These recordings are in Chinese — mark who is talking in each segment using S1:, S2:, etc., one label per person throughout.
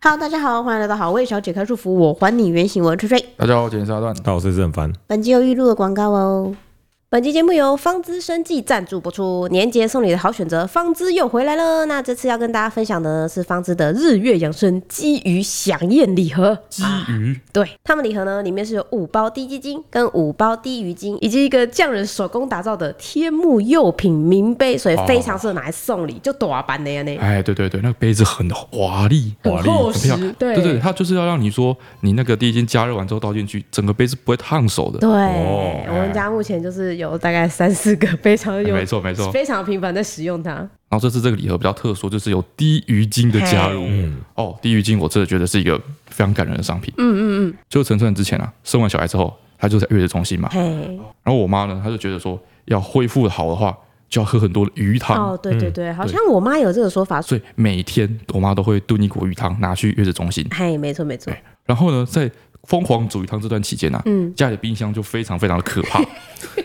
S1: Hello，大家好，欢迎来到好味小姐开束缚，我还你原形，我是吹吹。
S2: 大家好，我是阿段。
S3: 但我是 很烦，
S1: 本集有预录的广告哦，
S4: 本期节目由方知生技赞助播出，年节送礼的好选择，方知又回来了。那这次要跟大家分享的呢是方知的日月养生基鱼响宴礼盒。
S2: 基鱼
S4: 对他们礼盒呢，里面是有五包低基金跟五包低鱼精，以及一个匠人手工打造的天幕釉品名杯，所以非常适合拿来送礼，就短版的呀那。
S2: 哎，对对对，那个杯子很华丽，
S4: 很
S2: 华丽，
S4: 厚
S2: 很漂
S4: 实
S2: 亮。
S4: 对
S2: 对对，它就是要让你说，你那个第一斤加热完之后倒进去，整个杯子不会烫手的。
S4: 对，
S2: 哦
S4: 我们家目前就是有大概三四个非常有，
S2: 哎没错没错。
S4: 非常频繁在使用它。
S2: 然后这次这个礼盒比较特殊，就是有低鱼精的加入。哦，低鱼精我真的觉得是一个非常感人的商品。嗯嗯嗯。就晨晨之前啊，生完小孩之后，她就在月子中心嘛。
S4: 嘿，
S2: 然后我妈呢，她就觉得说，要恢复好的话，就要喝很多的鱼汤。
S4: 哦，对
S2: 嗯
S4: 对对，好像我妈有这个说法，
S2: 所以每天我妈都会炖一锅鱼汤拿去月子中心，
S4: 嘿，哎没错没错，
S2: 然后呢，在疯狂煮鱼汤这段期间呢、啊，
S4: 嗯
S2: 家里冰箱就非常非常的可 怕，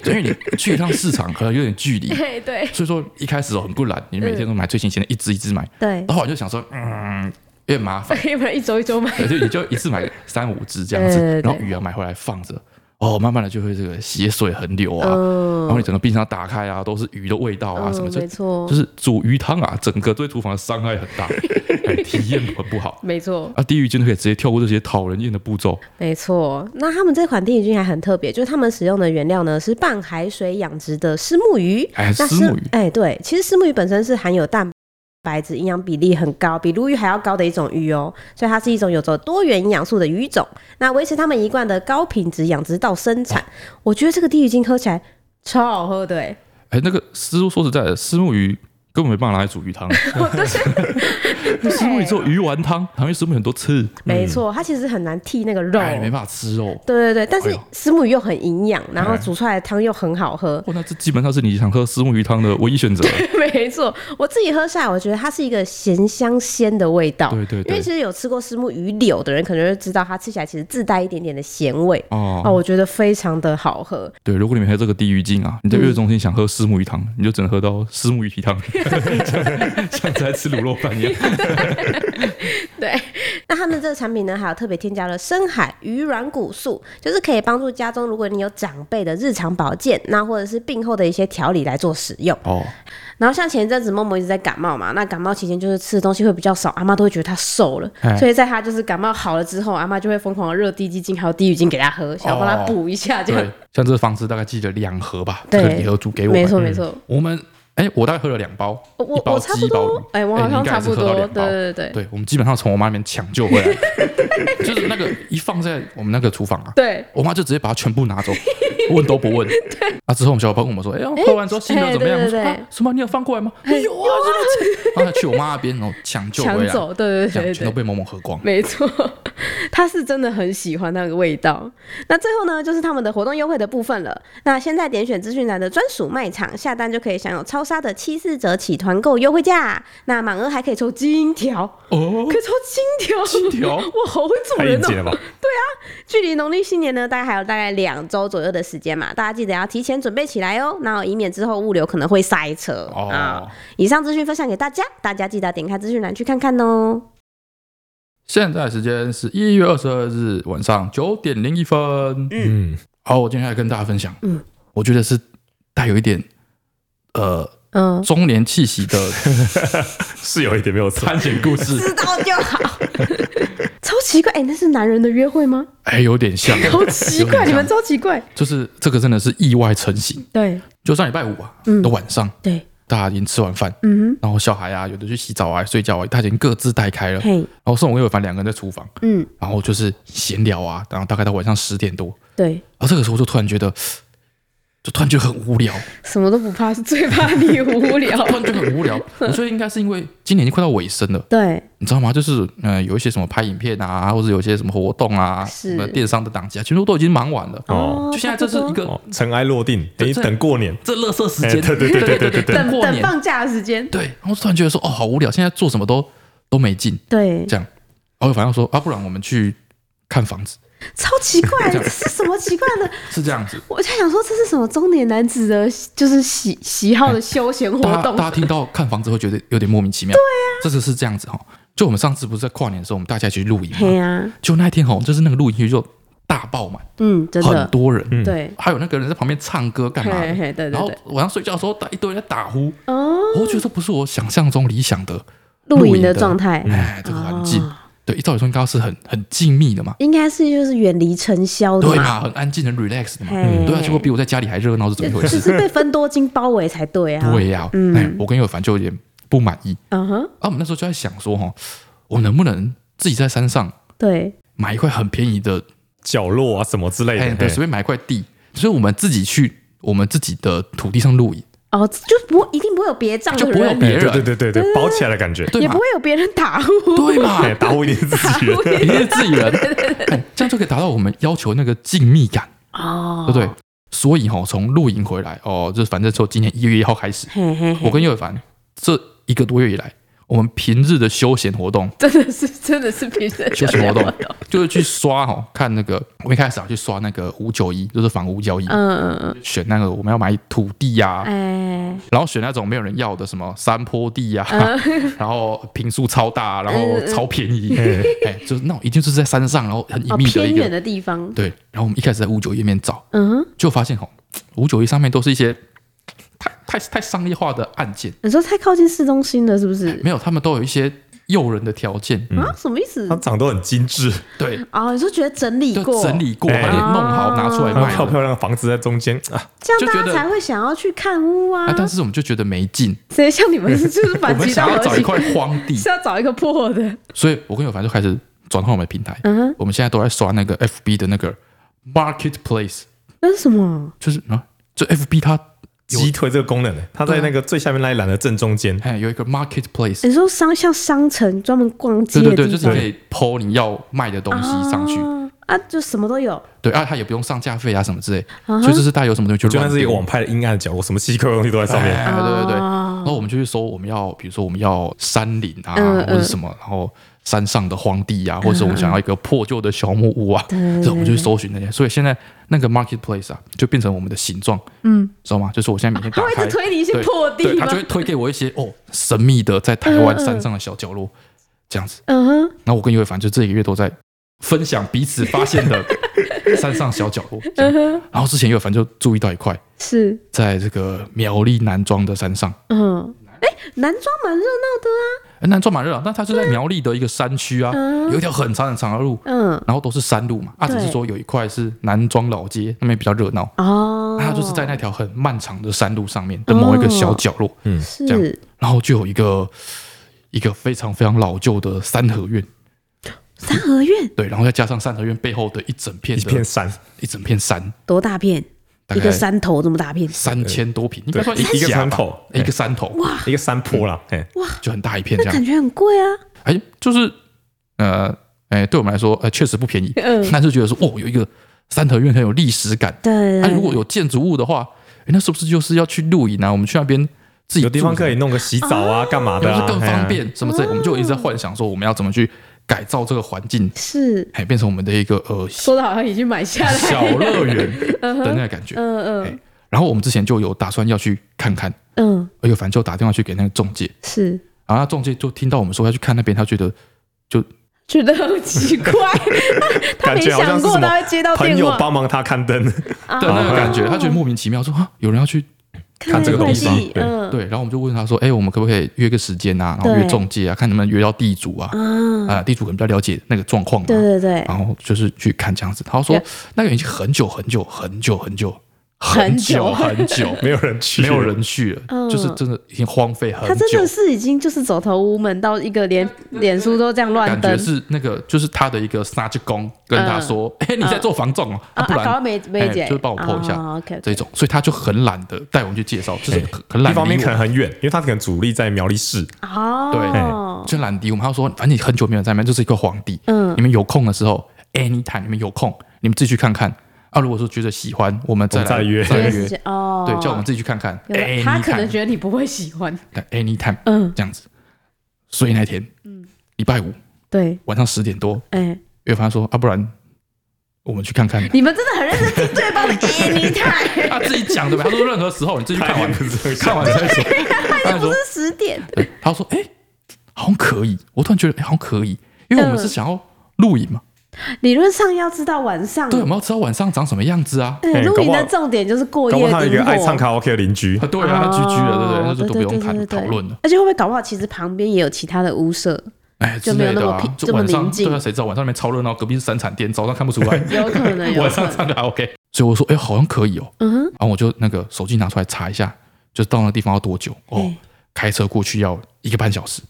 S2: 因为你去一趟市场可能有点距离，
S4: 嘿， 对
S2: 所以说一开始哦很不懒，你每天都买最新
S4: 嗯
S2: 鲜的，一只一只买，
S4: 对，
S2: 然后我就想说，嗯，有点麻烦，
S4: 要不然一周一周买，
S2: 对就也就一次买三五只这样子
S4: 对对，对
S2: 然后鱼啊要买回来放着。哦，慢慢的就会这个血水横流啊，
S4: 嗯
S2: 然后你整个冰箱打开啊，都是鱼的味道啊，什么
S4: 嗯，
S2: 就
S4: 没错
S2: 就，是煮鱼汤啊，整个对厨房的伤害很大，哎体验很不好。
S4: 没错。
S2: 啊，地狱君就可以直接跳过这些讨人厌的步骤，
S4: 没错，那他们这款地鱼菌还很特别，就是他们使用的原料呢是半海水养殖的石目鱼。
S2: 哎，
S4: 那
S2: 思慕鱼，
S4: 哎，对，其实石目鱼本身是含有蛋白质、营养比例很高，比鲈鱼还要高的一种鱼哦，所以它是一种有着多元营养素的鱼种。那维持他们一贯的高品质养殖到生产，我觉得这个地鱼精喝起来超好喝 的、哎，
S2: 哎，那个师傅说实在的，石目鱼根本没办法拿来煮鱼 汤，石目鱼只有鱼丸汤，因为石目鱼很多刺，
S4: 没错，它其实很难剔那个肉。
S2: 嗯哎，没办法吃肉。
S4: 对对对，但
S2: 哎
S4: 是
S2: 呦
S4: 石目鱼又很营养，然后
S2: 哎
S4: 煮出来的汤又很好喝。
S2: 哦，那这基本上是你想喝石目鱼汤的唯一选择了。
S4: 没错，我自己喝下来，我觉得它是一个咸香鲜的味道。
S2: 对对对
S4: 啊因为其实有吃过石目鱼柳的人，可能就知道它吃起来其实自带一点点的咸味。哦，
S2: 哦，
S4: 我觉得非常的好喝，
S2: 对，如果你没喝这个地狱精啊，你
S4: 嗯
S2: 在月子中心想喝石目鱼汤，你就只能喝到石目鱼皮 汤，像在吃卤肉 饭一样。
S4: 对。 那他们这个产品呢，还有特别添加了深海鱼软骨素，就是可以帮助家中如果你有长辈的日常保健，那或者是病后的一些调理来做使用。
S2: 哦，
S4: 然后像前一阵子默默一直在感冒嘛，那感冒期间就是吃的东西会比较少，阿妈都会觉得她瘦了，
S2: 哎
S4: 所以在她就是感冒好了之后，阿妈就会疯狂的热低基精还有低鱼精给她喝，想要帮她补一下这样。
S2: 哦对，像这个方式大概寄了两盒吧，这
S4: 对
S2: 个礼盒组给我
S4: 没错
S2: 们，
S4: 没错，
S2: 我们。哎，我大概喝了两包，
S4: 我
S2: 一
S4: 我
S2: 包
S4: 我差
S2: 鸡，
S4: 不
S2: 一包鱼
S4: 多，。哎，我好
S2: 你
S4: 像
S2: 应该
S4: 差
S2: 也是
S4: 不
S2: 喝到
S4: 多，对
S2: 两包。
S4: 对对
S2: 对，我们基本上从我妈那边抢救回 来，就是那个一放在我们那个厨房啊，
S4: 对。
S2: 我妈就直接把它全部拿走，问都不 问。啊，之后我们小伙伴问我们说：“哎、呀，喝完之后心得怎么样？”
S4: 哎对对
S2: 我说
S4: 对
S2: 啊什么？你有放过来吗？哎有啊，什么？然后她去我妈那边，然后抢救
S4: 抢
S2: 回来，
S4: 走，
S2: 这样
S4: 对对对
S2: 全
S4: 对
S2: 都
S4: 对，
S2: 被某某喝光。
S4: 没错， 他是真的很喜欢那个味道。那最后呢，就是他们的活动优惠的部分了。那现在点选资讯栏的专属卖场下单就可以享有超杀的七四折起团购优惠价，那满额还可以抽金条，
S2: 哦，
S4: 可以抽金条，
S2: 金条
S4: 我好会做
S3: 太
S4: 人
S3: 应
S4: 哦、
S3: 节了吧？
S4: 距离农历新年呢，大概还有大概两周左右的时间嘛，大家记得要提前准备起来哦，那以免之后物流可能会塞车啊、
S2: 哦
S4: 以上资讯分享给大家，大家记得点开资讯栏去看看哦。
S2: 现在时间是一月二十二日晚上九点零一分。
S3: 嗯，
S2: 好，我今天来跟大家分享，
S4: 嗯
S2: 我觉得是带有一点呃
S4: 嗯，
S2: 中年气息的
S3: 是有一点没有错，
S2: 探险故事，
S4: 知道就好。超奇怪，哎、那是男人的约会吗？
S2: 哎、有点像，
S4: 好奇怪，
S2: 有点像
S4: 你们超奇怪。
S2: 就是这个真的是意外成型。
S4: 对
S2: 就上礼拜五啊、
S4: 嗯
S2: 的晚上，
S4: 对，
S2: 大家已经吃完饭，
S4: 嗯
S2: 然后小孩啊，有的去洗澡啊、睡觉啊，他已经各自带开了。
S4: 哼， 嘿，
S2: 然后宋伟伟凡两个人在厨房，
S4: 嗯，
S2: 然后就是闲聊啊，然后大概到晚上十点多，
S4: 对，
S2: 然后这个时候就突然觉得， 就突然觉得很无 聊，
S4: 什么都不怕，是最怕你无聊
S2: 突然觉得很无聊。我觉得应该是因为今年已经快到尾声了，
S4: 对，
S2: 你知道吗？就是嗯、呃有一些什么拍影片啊，或者有一些什么活动啊，
S4: 是
S2: 什么电商的档期啊，全部都已经忙完了。
S3: 哦，
S2: 就现在这是一个、
S3: 哦，尘埃落定，等于
S2: 这
S3: 等过年，
S2: 这乐色时
S3: 哎
S2: 间，
S3: 对对对对对对对
S2: 等
S4: 等
S2: 过
S4: 等
S2: 年，
S4: 放假的时间，
S2: 对。然后突然觉得说，哦，好无聊，现在做什么都都没劲。
S4: 对
S2: 这样，然后反正说啊，不然我们去看房子。
S4: 超奇怪 的，这是什么奇怪的？
S2: 是这样子。
S4: 我在想说这是什么中年男子的，就是喜喜好的休闲活
S2: 大家
S4: 动
S2: 大，家听到看房子会觉得有点莫名其妙。对啊，这次是这样子哈、就我们上次不是在跨年的时候，我们大家一起去露营
S1: 嘿
S4: 啊
S2: 嘛，
S1: 呀，
S2: 就那一天哈、哦就是那个露营区就大爆满，
S4: 嗯，真
S2: 很
S4: 的，
S2: 多人，
S3: 嗯
S4: 对，
S2: 还有那个人在旁边唱歌干
S4: 嘿
S2: 嘛
S4: 嘿，
S2: 的。
S4: 对对
S2: 然后
S4: 对，
S2: 晚上睡觉的时候，打一堆人在打呼，
S4: 哦，
S2: 我觉得这不是我想象中理想的
S1: 露
S2: 露
S1: 营的
S2: 的
S1: 状态，
S2: 哎，这个环境
S4: 哦，
S2: 对，照理说应该是很很静谧的嘛，
S4: 应该是就是远离尘嚣的
S2: 对
S4: 嘛，
S2: 嘛，很安静，很 relax 的嘛，
S4: 哦嘿
S2: 对啊，结果比我在家里还热闹，是怎么
S4: 就
S2: 回
S4: 就
S2: 事？
S4: 是被分多金包围才对啊，
S2: 对呀，
S4: 嗯
S2: 哎，我跟友凡就有点不满意，
S4: 嗯哼，
S2: 啊，我们那时候就在想说，哈，我们能不能自己在山上
S4: 对，
S2: 买一块很便宜的，
S3: 角落啊什么之类
S2: 哎，
S3: 的，
S2: 对，随便买一块地，所以我们自己去我们自己的土地上露营，
S4: 哦，就不一定不会有别账
S2: 就
S4: 的
S2: 不会有
S4: 人，
S2: 别人啊
S3: 哎对对对对对，包起来的感觉，
S2: 对
S4: 也
S2: 嘛
S4: 不，会有别人打呼，
S2: 对嘛，
S3: 哎，打我一 定是自己人，
S2: 你是自己人，哎这样就可以达到我们要求那个静谧感，
S4: 哦
S2: 对不对？？所以哈，从露营回来哦，就是反正从今年一月一号开始，
S4: 嘿嘿嘿，，
S2: 我跟叶凡这一个多月以来，我们平日的休闲活动
S4: 真的是真的是别人
S2: 休闲活 动就是去刷哈，看那个我们一开始啊去刷那个五九一，就是房屋交易，
S4: 嗯嗯嗯，
S2: 选那个我们要买土地呀、
S4: 哎，
S2: 然后选那种没有人要的什么山坡地呀、
S4: 嗯
S2: 然后平数超大，啊然后超便 宜，哎，就是那种一定是在山上，然后很隐
S4: 哦，
S2: 秘的
S4: 偏
S2: 一
S4: 远
S2: 个。
S4: 的地方，
S2: 对，然后我们一开始在五九一面找，
S4: 嗯哼，
S2: 就发现吼，五九一上面都是一些太太太商业化的案件，
S4: 你说太靠近市中心了，是不是？
S2: 没有，他们都有一些诱人的条件，
S4: 啊，什么意思
S3: 它？长得很精致，
S2: 对，
S4: 哦，你说觉得整理
S2: 就
S4: 过，啊
S2: 整理过，
S3: 哎
S2: 把你弄好拿出来
S3: 然后
S2: 卖
S3: 漂
S2: 了。
S3: 漂亮的房子在中间啊，
S4: 这
S2: 就
S4: 样
S2: 觉
S4: 大
S2: 得
S4: 家才会想要去看屋啊
S2: 啊，。但是我们就觉得没劲，
S4: 谁像 你们是就是
S2: 我
S4: 反
S2: 们
S4: 其道
S2: 想要
S4: 而
S2: 找一
S4: 行，
S2: 块荒地，
S4: 是要找一个破的。
S2: 所以我跟友凡就开始转换我们的平台。
S4: 嗯哼，
S2: 我们现在都在刷那个 FB 的那个 Marketplace，
S4: 那是什么？
S2: 就是啊，这 FB 它有
S3: 击推这个功能呢，它在那个最下面那一栏的正中间，
S2: 哎有一个 Marketplace，
S4: 你说商像商城专门逛街
S2: 对
S4: 的
S2: 对
S4: 地
S2: 对，
S4: 方，
S2: 就是可以 PO 你要卖的东西上去，
S4: 啊啊，就什么都有。
S2: 对啊，它也不用上架费啊什么之类，
S4: 啊
S2: 所以就是大家有什么东西
S3: 就
S2: 就
S3: 那
S2: 乱
S3: 是一个
S2: 丢
S3: 网拍的阴暗的角落，什么 稀奇怪怪的东西都在上面，
S2: 哎对对对。然
S4: 哦
S2: 后我们就去搜我们要，比如说我们要山林啊，
S4: 嗯嗯嗯
S2: 或者什么，然后山上的荒地啊，或者是我们想要一个破旧的小木屋啊，
S4: 对对对
S2: 这我们就去搜寻那些。所以现在那个 marketplace 啊，就变成我们的形状，
S4: 嗯，
S2: 知道吗？就是我现在每天
S4: 他
S2: 打
S4: 会一
S2: 开
S4: 直，推你一些
S2: 对
S4: 破地
S2: 对，他
S4: 吗
S2: 就？会推给我一些哦神秘的在台湾山上的小角落这样子。
S4: 嗯哼，
S2: 然后我跟尤伟凡就这一个月都在分享彼此发现 的山上小角落。这
S4: 嗯
S2: 样
S4: 哼，
S2: 然后之前尤伟凡就注意到一块，
S4: 是，
S2: 在这个苗栗南庄的山上，
S4: 嗯，哎，男装蛮热闹
S2: 哎南庄蛮热闹，但它就在苗栗的一个山区啊，
S4: 嗯
S2: 有一条很长很长的路，
S4: 的啊，
S2: 然后都是山路嘛。啊，只
S4: 对
S2: 是说有一块是南庄老街那边比较热闹，啊
S4: 嗯，哦，
S2: 它就是在那条很漫长的山路上面的某一个小角落，
S3: 嗯
S2: 这样
S4: 是
S2: 然后就有一个一个非常非常老旧的三合院，
S4: 三合院
S2: 对，然后再加上三合院背后的一整片
S3: 一
S2: 的
S3: 片山，
S2: 一整片山，
S4: 多大片？
S2: 大
S4: 一个
S2: 概
S4: 山头这么大片，
S2: 三千多平，应该
S3: 对
S2: 算，
S3: 一一个
S2: 甲
S3: 山
S2: 吧
S3: 头，
S2: 一个山头，啊哇，
S3: 一个山坡啦，哎，
S2: 就很大一片
S4: 那
S2: 这
S4: 感
S2: 样。
S4: 觉很贵啊。
S2: 哎，就是呃，哎，对我们来说，呃，确实不便宜，
S4: 嗯，
S2: 但是觉得说，哦，有一个三合院很有历史感。
S4: 对，
S2: 那
S4: 对
S2: 如果有建筑物的话，哎那是不是就是要去露营啊？我们去那边自己
S3: 有地方
S2: 住什
S3: 可
S2: 么
S3: 以弄个洗澡啊，干嘛
S2: 的，
S3: 的
S2: 然
S3: 啊，
S2: 后就更
S3: 哎呀
S2: 方便什么之类，我们就一直在幻想说，我们要怎么去改造这个环境，
S4: 是
S2: 哎，变成我们的一个呃
S4: 说的好像已经买下来了，
S2: 小乐园的那个感觉。
S4: 嗯嗯
S2: 哎然后我们之前就有打算要去看看，
S4: 嗯，
S2: 哎呦，反正就打电话去给那个中介，
S4: 是
S2: 然后那中介就听到我们说要去看那边，他觉得
S4: 觉得很奇怪，他
S3: 感
S4: 没
S3: 觉好像
S4: 想
S3: 是
S4: 过
S3: 什么
S4: 他会接到
S3: 朋
S4: 电
S3: 友
S4: 话，
S3: 帮忙他看灯，
S4: 啊嗯
S2: 的那个感觉，他觉得莫名其妙，说啊有人要去
S3: 看这个
S4: 快
S3: 东西
S4: 递
S3: 对
S4: 嗯，
S2: 对，然后我们就问他说，哎，我们可不可以约个时间啊？然后
S4: 对
S2: 约中介啊，看能不能约到地主啊？
S4: 啊，
S2: 啊，地主可能比较了解那个状况嘛
S4: 对。对
S3: 啊
S4: 对，
S2: 然后就是去看这样子，他说
S4: 对
S2: 那个已经很久很久很久很久
S4: 很久
S2: 久很 久
S3: 没有人去，
S2: 没有人去了，
S4: 嗯
S2: 就是真的已经荒废很
S4: 他真
S2: 久
S4: 的。是已经就是走投无门到一个连脸书都这样乱
S2: 感
S4: 登
S2: 觉，是那个，就是他的一个杀鸡公跟他说：“哎、你在做房仲哦、啊
S4: 嗯啊，
S2: 不
S4: 啊搞到
S2: 然
S4: 没没
S2: 哎
S4: 解，哦
S2: 就是帮我 po 一下
S4: ，OK，
S2: 这种。”所以他就很懒得带我们去介绍，就是
S3: 哎
S2: 很很
S3: 一
S2: 懒
S3: 方
S2: 得
S3: 面
S2: 理
S3: 可
S2: 我
S3: 能
S2: 们，
S3: 很远，因为他可能主力在苗栗市，
S4: 哦，
S2: 就懒得理我们。他说：“反正你很久没有在那边，就是一个皇帝。
S4: 嗯
S2: 你们有空的时候，anytime 你们有空，你们自己去看看。啊，如果说觉得喜欢，我们再
S3: 我们再
S2: 来
S3: 约
S2: 再
S4: 这
S2: 来
S4: 个
S2: 约
S4: 事。情哦，
S2: 对，叫我们自己去看看。
S4: 有的他可能
S2: anytime
S4: 觉得你不会喜欢，
S2: 对 anytime
S4: 嗯，
S2: 这样子。所以那天，嗯，礼拜五
S4: 对，
S2: 晚上十点多，
S4: 哎，
S2: 岳凡说：“啊，不然我们去看 看。
S1: 你们真的很认真听对 方的
S4: 哎
S1: anytime，
S2: 他自己讲对吧？他说任何时候你自己去 看完，
S3: 太认真 了
S2: 看完再说。他
S4: 不
S2: 说
S4: 是，十点，
S2: 对他说，哎、好像可以。我突然觉得，哎、好像可以，因为我们是想要录影嘛，
S4: 理论上要知道 晚上。
S2: 对，我们要知道晚上长什么样子啊。
S4: 对，
S3: 哎
S4: 露
S3: 搞
S4: 营
S3: 不好
S4: 的重点就是过
S3: 搞
S4: 夜
S3: 不好他有一
S4: 灵
S3: 个
S4: 活
S3: 爱唱卡拉 OK 的邻居
S2: 啊，，对啊，他居居了，对不对？那
S4: 哦
S2: 就都不用谈
S4: 嗯对对对
S2: 讨论了，
S4: 而且会不会搞不好，其实旁边也有其他的屋舍，
S2: 哎，
S4: 就
S2: 之
S4: 没有
S2: 类的
S4: 那么
S2: 啊
S4: 平。
S2: 就
S4: 这么
S2: 晚上
S4: 宁静
S2: 对啊，谁知道晚上那边超热闹，隔壁是三产店，早上看不出来，
S4: 有可能，有
S2: 晚
S4: 可
S2: 上
S4: 能。
S2: 唱的 OK。所以我说，哎，好像可以哦。
S4: 嗯哼，
S2: 然后我就那个手机拿出来查一下，就是到那地方要多久哦
S4: 哎？
S2: 开车过去要一个半小时，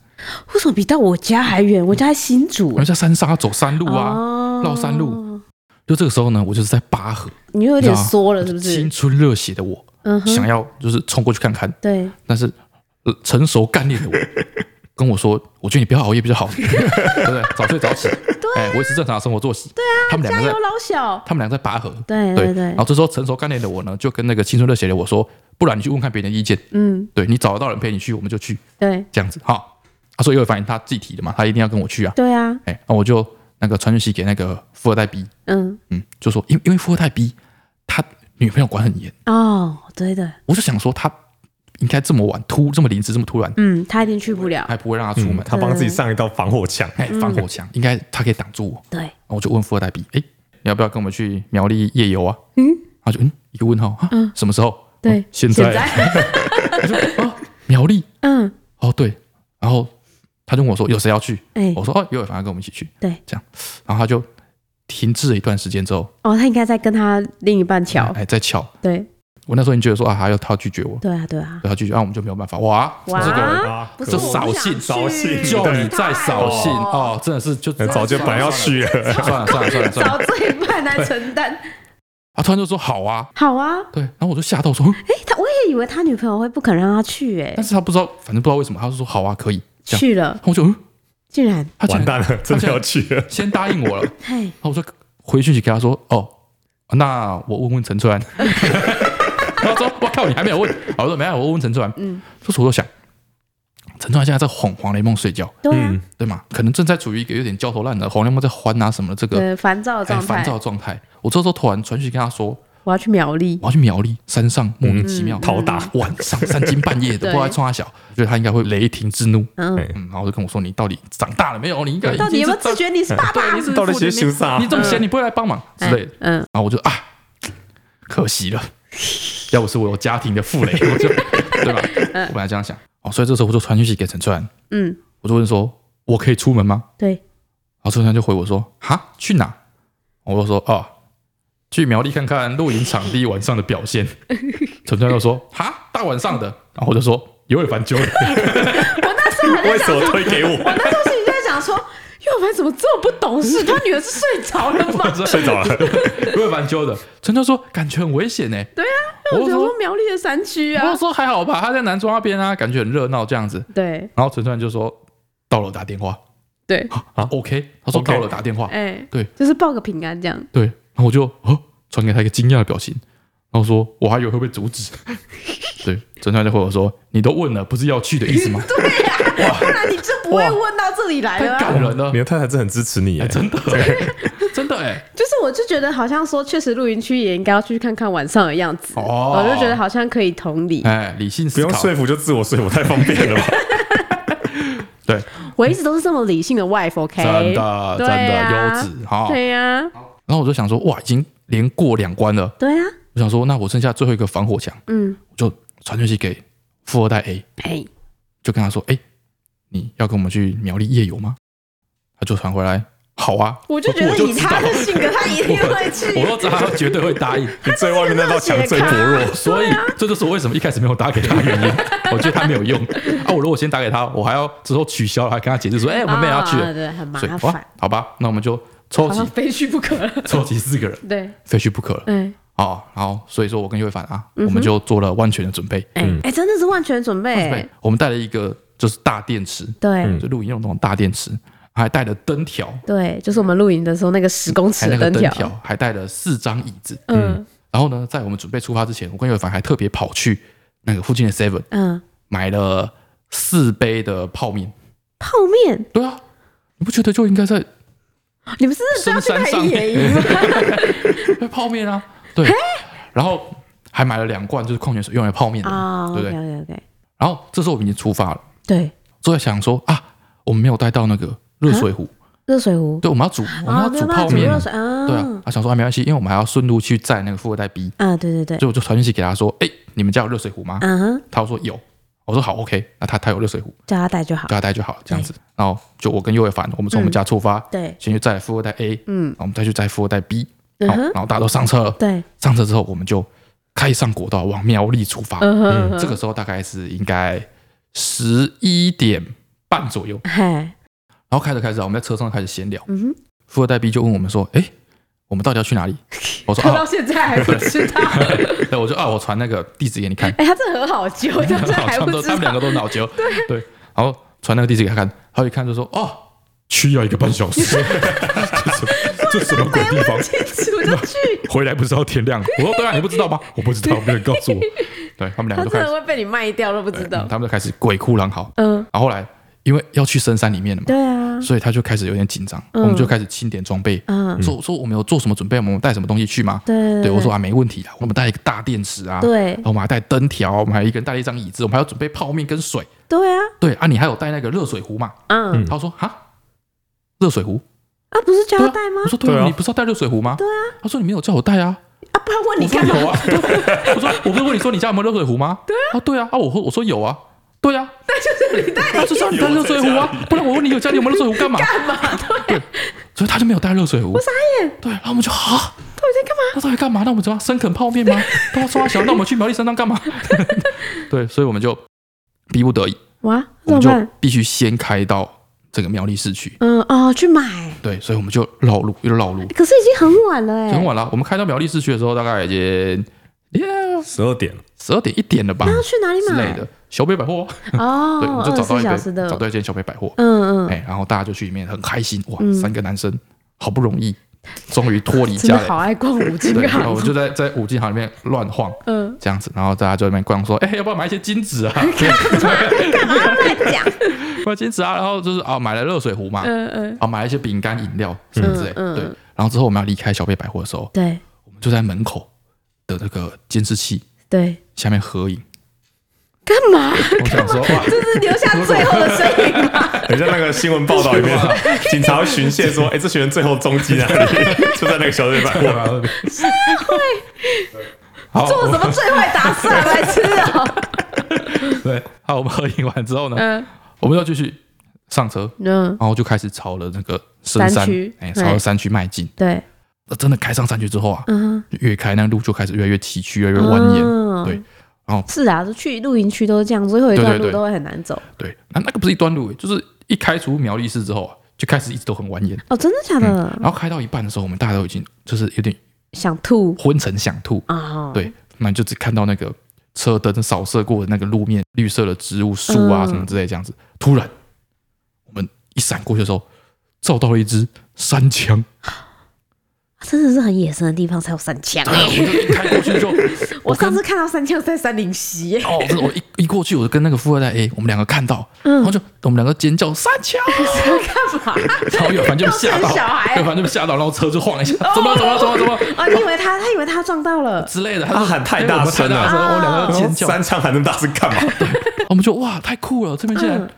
S4: 为什么比到我家还远？我家在新竹
S2: 然后在山上要走山路啊。
S4: 哦
S2: 绕山路，啊就这个时候呢，我就是在拔河，
S4: 你又有点缩了，是不
S2: 青
S4: 是？
S2: 春热血的我
S4: 嗯哼，
S2: 想要就是冲过去看看，
S4: 对，
S2: 但是、呃、成熟干练的我跟我说，我觉得你不要熬夜比较好， 对不对？早睡早起，哎，维持正常的生活作息。对啊，他们两
S4: 加
S2: 个
S4: 油
S2: 在
S4: 哎老小，
S2: 他们两个在拔河。
S4: 对对对
S2: 然后，这时候成熟干练的我呢，就跟那个青春热血的我说，不然你去问看别人的意见，
S4: 嗯，
S2: 对你找得到人陪你去，我们就去
S4: 对
S2: 这样子哈。啊他说因为反正他自己提的嘛，他一定要跟我去啊。
S4: 对啊，
S2: 哎，那我就那个传讯息给那个富二代 B，
S4: 嗯，
S2: 嗯，就说因因为富二代 B 他女朋友管很严，
S4: 哦，对的，
S2: 我就想说他应该这么晚突这么临时这么突然，
S4: 嗯，他一定去不了，
S2: 还不会让他出门，
S3: 嗯他帮自己上一道防火墙。
S2: 哎防火墙，应该他可以挡住我。
S4: 对，
S2: 然后我就问富二代 B，哎，你要不要跟我们去苗栗夜游啊？嗯，他就嗯一个问号啊，什么时候？
S4: 对
S2: 哦现在我就啊苗栗
S4: 嗯，
S2: 哦对，然后他就问我说有谁要去？
S4: 哎
S2: 我说哦有伟凡要跟我们一起去，
S4: 对，
S2: 这样，然后他就停滞了一段时间之后，
S4: 哦，他应该在跟他另一半瞧，
S2: 哎再巧，
S4: 对，
S2: 我那时候已经觉得说啊他要他要拒绝我，
S4: 对啊，对啊，
S2: 对他拒绝，那、我们就没有办法。哇，
S4: 哇
S2: 这个
S3: 啊
S4: 不
S2: 这
S4: 是
S2: 扫
S4: 我不想
S2: 兴
S4: 去
S3: 扫兴
S2: 就你再扫兴
S4: 哦
S2: 哦，真的是就
S3: 很早就本来要去了，
S2: 算了算了算了算
S4: 找
S2: 了。
S4: 罪犯来承担，
S2: 他突然就说好啊，
S4: 好啊，
S2: 对，然后我就吓到说，嗯
S4: 哎，他我也以为他女朋友会不肯让他去，哎
S2: 但，是他不知道，反正不知道为什么，他就说好啊，可以这样。
S4: 去了，
S2: 然后我就嗯，
S4: 竟然，
S2: 他竟然
S3: 完蛋了，真的要去了。
S2: 先答应 我了，
S4: 嘿，
S2: 然后我就回讯息给他说，哦，那我问问陈 川。然后他说，我靠，你还没有问，我说没有，我问问陈川。嗯，这时候我就想，陈川现在在哄黄雷梦睡觉，
S4: 对啊，
S3: 嗯
S2: 对吗？可能正在处于一个有点焦头烂额，黄雷梦在欢啊什么的这个
S4: 对，烦躁的
S2: 很
S4: 状
S2: 哎烦
S4: 态
S2: 躁，的状态。我这时候突然传讯跟他说，
S4: 我要去苗栗，
S2: 我要去苗栗山上，莫名其妙、嗯
S3: 讨打
S2: 晚上三更半夜的，不
S4: 嗯 对
S2: 知道在冲他小，觉得他应该会雷霆之怒。
S4: 嗯，
S3: 哎
S2: 嗯，然后就跟我说：“你到底长大了没有？你应该
S4: 到底有没有自
S2: 已经
S4: 觉你是爸
S2: 是长？
S4: 爸
S2: 对，你？是
S3: 到底
S2: 父亲
S3: 学修啥
S2: 你你这么闲，你不会来帮忙之类的。
S4: 哎嗯，”
S2: 然后我就啊，可惜 了，要不是我有家庭的负累，我就 对吧？我本来这样想哦，所以这时候我就传讯息给陈川，
S4: 嗯，
S2: 我就问说：“我可以出门吗？”
S4: 对，
S2: 然后陈川就回我说：“哈，去哪？”我就说：“哦，去苗栗看看露营场地晚上的表现。”陈川就说：“哈，大晚上的。”然后我就说：“有点烦揪了。
S3: 为什么推给我？
S4: 那时候心里就在想说，佑凡怎么这么不 懂事？他女儿是睡着了吗？
S3: 睡着了，
S2: 有点烦揪的。”陈川说：“感觉很危险呢。”
S4: 对啊，
S2: 我
S4: 我
S2: 就
S4: 想
S2: 说
S4: 说苗栗的山区：“
S2: 我
S4: 啊
S2: 就，说还好吧，他在南庄那边啊，感觉很热闹这样子。
S4: 对”
S2: 然后陈川就说：“到了打电话
S4: 对，
S2: 啊，OK。”他说：“
S3: OK
S2: 到了打电话。
S4: 哎，
S2: 啊对，
S4: 就是报个平安这样。
S2: 对，然后我就哦传给他一个惊讶的表情，然后说我还以为会被阻止。 对，陈川就回我说：“你都问了，不是要去的意 思吗？”
S4: 对呀，不然你就不会问到这里来
S2: 太
S4: 了啊。
S2: 感人了
S3: 你，的太太真的很支持你耶，
S2: 真的欸， 真的 哎，
S4: 就是我就觉得好像说，确实露营区也应该要去看看晚上的样子。
S2: 哦
S4: 我就觉得好像可以同理。
S2: 哎，理性
S3: 不
S2: 思
S3: 用
S2: 考
S3: 说。服就自我说服，太方便了吧？
S2: 对，
S4: 我一直都是这么理性的 wife，OK？
S2: 真的哦真
S4: 对
S2: 的
S4: 啊
S2: 优质哈。
S4: 对呀，
S2: 然后我就想说，哇，已经连过两关了，
S4: 对呀，
S2: 我想说，那我剩下最后一个防火墙，
S4: 嗯，
S2: 我就传讯息给富二代 A，
S4: 哎，
S2: 就跟他说，哎，你要跟我们去苗栗夜游吗？他就传回来，好 啊，
S4: 我就觉得以他的性格，他一定会去。
S2: 我都知道他绝对会答应。
S3: 你最外面那道墙最 薄弱，
S2: 所以
S4: 啊
S2: 这就是我为什么一开始没有打给他的原因。我觉得他没有用啊！我如果先打给他，我还要之后取消了，还跟他解释说：“哎、我们没有要去了。
S4: 啊对，很麻
S2: 所以哇
S4: 烦，，
S2: 好吧，那我们就抽
S4: 好
S2: 起
S4: 像非去不可。
S2: 抽起四个人，
S4: 对，
S2: 非去不可了
S4: 嗯，
S2: 哦。然后所以说我跟岳凡啊，我们就做了万全的准备。
S4: 哎、哎，真的是万全准备、
S2: 对，我们带了一个就是大电池，
S4: 对、
S2: 就露营用那种大电池，还带了灯条，
S4: 对，就是我们露营的时候那个十公
S2: 还
S4: 尺
S2: 那
S4: 的
S2: 个
S4: 灯
S2: 灯
S4: 条，
S2: 条，还带了四张椅子。
S4: 嗯
S2: 然后呢，在我们准备出发之前，我跟岳凡还特别跑去那个附近的 Seven
S4: 嗯，
S2: 买了四杯的泡面。
S4: 泡面
S2: 对啊，你不觉得就应该在
S4: 你们是真的不要去看野营吗？
S2: 泡面啊，对，然后还买了两罐就是矿泉水用来泡面的嘛，
S4: 啊
S2: 对不对？
S4: ，OK OK，
S2: 然后这时候我们已经出发了，
S4: 对，
S2: 就在想说啊，我们没有带到那个热水壶，
S4: 热水壶，
S2: 对，我们要煮，我们
S4: 啊，
S2: 要
S4: 没有
S2: 煮
S4: 办法
S2: 泡
S4: 煮
S2: 面
S4: 热
S2: 啊，
S4: 水啊，
S2: 对啊，啊想说啊没关系，因为我们还要顺路去载那个富二代 B，
S4: 啊，对对对，
S2: 所以我就传讯息给他说，哎，你们家有热水壶吗？
S4: 嗯哼，
S2: 他说有，我说好，OK，那他他有热水壶，
S4: 叫他带就好嗯
S2: 叫。他带就好，这样子。然后就我跟尤伟凡，我们从我们家出发，
S4: 对，
S2: 先去载富二代 A，
S4: 嗯
S2: 然后我们再去载富二代 B，
S4: 嗯
S2: 好，
S4: 哼，
S2: 然后大家都上车了，
S4: 对，
S2: 上车之后我们就开上国道往苗栗出发。
S4: 嗯哼，
S2: 这个时候大概是应该十一点半左右，
S4: 嘿，
S2: 然后开着开着，我们在车上开始闲聊。
S4: 嗯哼，
S2: 富二代 B 就问我们说：“哎，我们到底要去哪里？” 我说：“
S4: 他到
S2: 啊，
S4: 现在还不 知道，
S2: 对，我就啊，我传那个地址给你 看。
S4: 哎，他这很 好揪，到现在
S2: 好
S4: 还
S2: 像
S4: 不
S2: 都
S4: 知
S2: 他们两
S4: 道
S2: 个。都 脑瘤，对对，然后传那个地址给他看，他一看就说：“哦，
S3: 需要一个半小 时，这什么鬼地方？
S4: 清楚就去，
S2: 回来不是要天亮？”我说：“对啊，你不知道吗
S3: 我不知道，没人告 诉我。？”
S2: 对他们 两
S4: 他
S2: 个都
S4: 真
S2: 开
S4: 的
S2: 始，
S4: 会被你卖掉都不知道
S2: 嗯。他们就开始鬼哭狼嚎。
S4: 嗯，
S2: 然后后来因为要去深山里面了嘛，
S4: 对啊，
S2: 所以他就开始有点紧张，
S4: 嗯
S2: 我们就开始清点装备，
S4: 嗯，
S2: 说说我们有做什么准备，我们有带什么东西去吗？
S4: 对
S2: 对，我说啊，没问题的，我们带一个大电池啊，
S4: 对
S2: 然后我们还带灯条，我们还一个人带了一张椅子，我们还要准备泡面跟水。
S4: 对啊，
S2: 对啊，你还有带那个热水壶嘛？
S4: 嗯
S3: 嗯
S2: 他说哈，热水壶。
S4: 啊，不是叫
S2: 对
S4: 他
S2: 啊
S4: 带吗
S2: 我？说对
S3: 对
S2: 啊，
S3: 啊
S2: 你不是要带热水壶吗？对啊。他说你没有叫我带啊。
S4: 啊，不然问
S2: 我
S4: 你
S2: 说
S4: 干嘛？
S2: 有啊。我说我不是问你说你家有没有热水壶吗？对啊。对啊。啊，我说我说有啊。对啊。那就是你带，就是让你带热水壶啊，不然我问你 有家里有没有热水壶干 嘛？
S4: 干嘛？对，
S2: 所以他就没有带热水壶。我傻眼。对，然后我们就 啊，
S4: 到底在干嘛？
S2: 那到底干嘛？那我们怎么样生啃泡面 吗？都要刷小，那我们去苗栗山上干嘛？ 对，所以我们就逼不得已，
S4: 哇，
S2: 我
S4: 怎
S2: 们
S4: 么
S2: 就
S4: 办？
S2: 必须先开到这个苗栗市区。
S4: 嗯哦，去买，
S2: 对，所以我们就绕路，又绕路，
S4: 可是已经很晚了哎，
S2: 很晚了。我们开到苗栗市区的时候，大概已经
S3: 十二点，
S2: 十二点一点了吧
S4: 那要去哪里
S2: 之类
S4: 买？
S2: 的。小北百货，
S4: 嗯
S2: 啊
S4: 哦，
S2: 对，我们就
S4: 二
S2: 找到
S4: 十四
S2: 一
S4: 小
S2: 个
S4: 时的，
S2: 找到一间小北百货，
S4: 嗯嗯，
S2: 哎，然后大家就去里面很开心，哇，
S4: 嗯
S2: 三个男生好不容易终于脱离
S4: 真
S2: 家
S4: 的
S2: 里，
S4: 哎好爱 逛五金
S2: 对，然后
S4: 行
S2: 我，就在在五金行里面乱晃，
S4: 嗯，
S2: 这样子，然后大家就在那边逛，说：“哎、要不要买一些金子 啊？
S4: 干嘛要乱讲？
S2: 买金子啊！”然后就是啊、买了热水壶嘛，啊、
S4: 嗯嗯，
S2: 买了一些饼干、饮料什么之类。
S4: 嗯嗯
S2: 对，然后之后我们要离开小贝百货的时候，
S4: 对
S2: 我们就在门口的那个监视器
S4: 对，
S2: 下面合影。
S4: 干 嘛？
S2: 我想 说，哇，
S4: 这是留下最后的身影 吗？
S3: 很像那个新闻报道里 面，警察会巡线 说：“哎，这学生最后踪迹哪里？” 就在那个小队办。
S2: 哇好，
S4: 做什么最坏打算来吃啊？
S2: 对，好，我们合影完之后呢，
S4: 嗯
S2: 我们要继续上车，
S4: 嗯，
S2: 然后就开始朝了那个深山
S4: 山区，
S2: 哎，朝
S4: 哎
S2: 着山区迈进。
S4: 对，
S2: 那真的开上山区之后啊，
S4: 嗯，
S2: 就越开那路就开始越来越崎岖，越来越蜿蜒。
S4: 哦
S2: 对，
S4: 是啊，就去露营区都是这样，最后一段
S2: 对对
S4: 路
S2: 对
S4: 都会很难走。
S2: 对，那那个不是一段路，就是一开出苗栗市之后啊，就开始一直都很蜿蜒。
S4: 哦，真的假的？
S2: 然后开到一半的时候，我们大家都已经就是有点
S4: 想吐
S2: 昏沉想吐，
S4: 啊？
S2: 对，那你就只看到那个车灯扫射过的那个路面，绿色的植物、树啊
S4: 嗯
S2: 什么之类，这样子。突然，我们一闪过去的时候，照到了一只山枪，
S4: 真的是很野生的地方才有三枪
S2: 我
S4: 哎！
S2: 就一开过去就
S4: 我
S2: 跟
S4: 上次看到三枪是在三林 溪耶，
S2: 哦，真的我一一过去，我就跟那个富二代 A，我们两个看到，然后就我们两个尖叫三枪，
S4: 干嘛？
S2: 然后有凡就被吓
S4: 又
S2: 到，
S4: 生小孩哦
S2: 有凡就被吓到，然后车就晃一下，怎么了怎么了怎么了怎么了
S4: 哦，你以为他，他以为他撞到了，
S2: 之类的，
S3: 他
S2: 就
S3: 喊太
S2: 因为我
S3: 大
S2: 们
S3: 声
S2: 太大
S3: 了
S2: 声我们哦两个
S3: 然
S2: 都
S3: 后
S2: 尖叫，
S3: 三枪喊那么大声干嘛？
S2: 我们就哇太酷了，这边竟然
S4: 嗯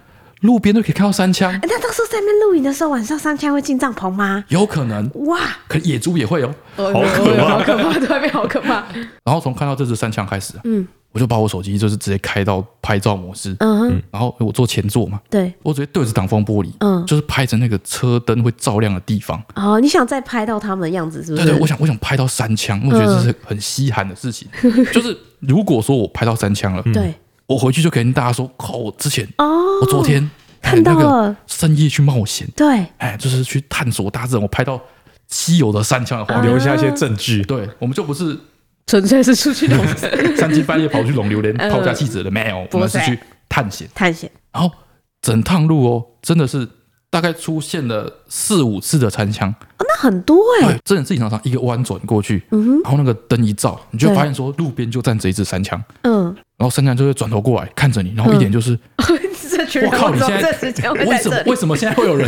S2: 路边都可以看到三枪，
S4: 哎，那到时候在那边露营的时候，晚上三枪会进帐篷吗？
S2: 有可能，
S4: 哇，
S2: 可野猪也会有。
S4: 好
S3: 可怕
S4: 好可怕，对面哦好可怕。
S2: 然后从看到这只三枪开始，
S4: 嗯
S2: 我就把我手机就是直接开到拍照模式，
S4: 嗯哼，
S2: 然后我坐前座嘛，
S4: 对，
S2: 我直接对着挡风玻璃，
S4: 嗯
S2: 就是拍成那个车灯会照亮的地方。
S4: 哦，你想再拍到他们的样子是不
S2: 对
S4: 是？
S2: 对，我想我想拍到三枪，我觉得这是很稀罕的事情。
S4: 嗯
S2: 就是如果说我拍到三枪了，
S4: 对
S2: 我回去就可以跟大家说，靠，我之前
S4: 嗯哦，
S2: 我昨天
S4: 看到
S2: 哎那
S4: 了
S2: 个深夜去冒险，
S4: 对，
S2: 哎，就是去探索大自然，我拍到稀有的三枪的
S4: 嗯
S2: 画面。
S3: 留下一些证据。
S2: 对，我们就不是
S4: 纯粹是出去
S2: 三更半夜跑去拢榴莲、
S4: 嗯
S2: 抛家弃子的，没有，我们是
S4: 不是
S2: 去探险。
S4: 探险，
S2: 然后整趟路哦，真的是大概出现了四五次的残枪，
S4: 哦 那很多哎，
S2: 对，真的是一场场一个弯转过去，
S4: 嗯
S2: 然后那个灯一照，你就
S4: 对
S2: 发现说路边就站着一只三枪，
S4: 嗯，
S2: 然后三枪就会转头过来看着你，然后一脸就是
S4: 这群
S2: 我
S4: 人
S2: 靠，
S4: 为
S2: 你
S4: 什
S2: 现
S4: 么
S2: 在
S4: 这时间会
S2: 为
S4: 嗯在
S2: 什
S4: 这
S2: 么
S4: 里
S2: 为？什么现在会有人？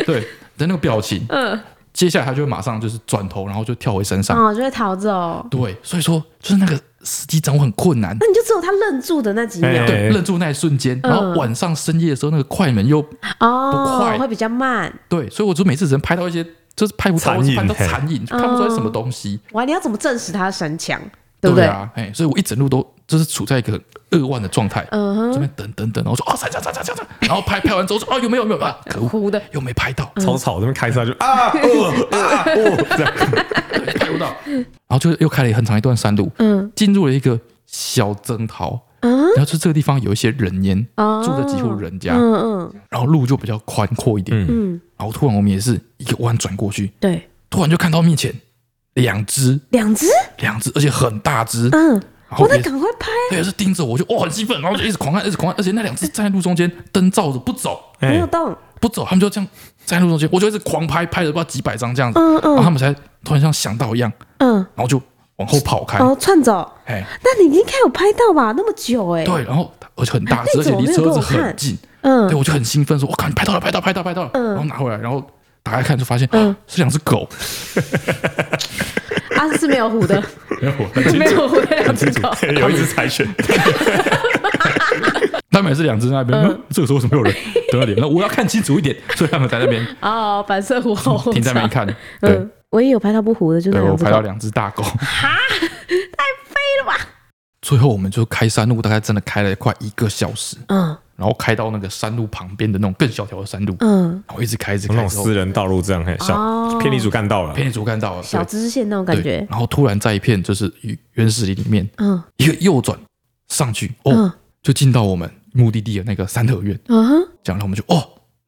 S2: 对，的那个表情，
S4: 嗯，
S2: 接下来他就会马上就是转头，然后就跳回身上。
S4: 哦，就会逃走。
S2: 对，所以说就是那个时机掌握很困难。
S4: 那你就只有他愣住的那几秒
S3: 哎
S2: 对，愣住那一瞬间，然
S4: 嗯
S2: 后晚上深夜的时候，那个快门又不
S4: 哦
S2: 快，
S4: 会比较慢。
S2: 对，所以我就每次只能拍到一些，就是拍不到
S3: 残影
S2: 拍到
S3: 嘿
S2: 残影，就看不出来是什么东西，
S4: 哇，你要怎么证实他的神强，嗯对不对？
S2: 啊，哎，所以我一整路都就是处在一个很扼腕的状态，
S4: 嗯哼，
S2: 这边等等等，然后说哦，闪闪闪闪闪闪，然后 拍拍完之后说哦，有没有有没有啊？可恶，
S4: 哭的
S2: 又没拍 到，
S3: 从草这边开车就啊哦啊哦，这样
S2: 对拍不到，然后就又开了很长一段山路，
S4: 嗯
S2: 进入了一个小征讨，
S4: 嗯
S2: 然后就这个地方有一些人烟，
S4: 哦，
S2: 住的几户人家，
S4: 嗯嗯
S2: 然后路就比较宽阔一点，
S3: 嗯
S4: 嗯，
S2: 然后突然我们也是一个弯转过去，
S4: 对，
S2: 突然就看到面前两只
S4: 两只，
S2: 两只，而且很大只，
S4: 嗯，
S2: 然
S4: 我
S2: 后
S4: 那
S2: 也
S4: 赶快拍，
S2: 也是盯着我，就哦哇很兴奋，然后就一直狂按，一直狂按，而且那两只站在路中间，灯照着不走
S4: 没 有
S3: 哎
S4: 动，
S2: 不走，他们就这样站在路中间，我就一直狂拍，拍了不知道几百张这样子，
S4: 嗯
S2: 然后他
S4: 嗯
S2: 们才突然像想到一样，
S4: 嗯，
S2: 然后就往后跑开，
S4: 哦，窜走。
S2: 哎，
S4: 那你应该有拍到吧？那么久哎，
S2: 对，然后而且很大只，
S4: 那
S2: 而且
S4: 怎么
S2: 离
S4: 没有
S2: 车
S4: 跟
S2: 子
S4: 我看
S2: 很近，
S4: 嗯
S2: 对，我就很兴奋，说：“我靠，你拍到了，拍到，拍到，拍到了！”
S4: 嗯
S2: 然后拿回来，然后打开看，就发现、
S4: 嗯
S2: 啊是两只狗，
S4: 啊是没有虎 的，
S2: 没 有，
S4: 没有虎的两只狗，
S3: 有一只柴犬，
S2: 他们也是两只在那边。嗯这个时候为什么有人在那里？那我要看清楚一点，所以他们在那边
S4: 哦，反 射虎吼
S2: 停在那边看。对
S4: 嗯，，我也有拍到不糊的，就是
S2: 对
S4: 那
S2: 我
S4: 两只
S2: 拍
S4: 狗
S2: 到。两只大 狗。
S4: 了吧？
S2: 最后我们就开山路，大概真的开了快一个小时，
S4: 嗯
S2: 然后开到那个山路旁边的那种更小条的山路，
S4: 嗯，
S2: 然后一直开，一直
S3: 那
S2: 开
S3: 种
S2: 之后
S3: 私，人啊道路这样，嘿，
S4: 哦
S3: 小骗地主干道了，
S2: 偏离主干道了，
S4: 小
S2: 对
S4: 支线那种感
S2: 对
S4: 觉。
S2: 然后突然在一片就是原原始林里面，
S4: 嗯
S2: 一个右转上去，哦，
S4: 嗯
S2: 就进到我们目的地的那个三合院，
S4: 嗯哼
S2: 讲了我们就哦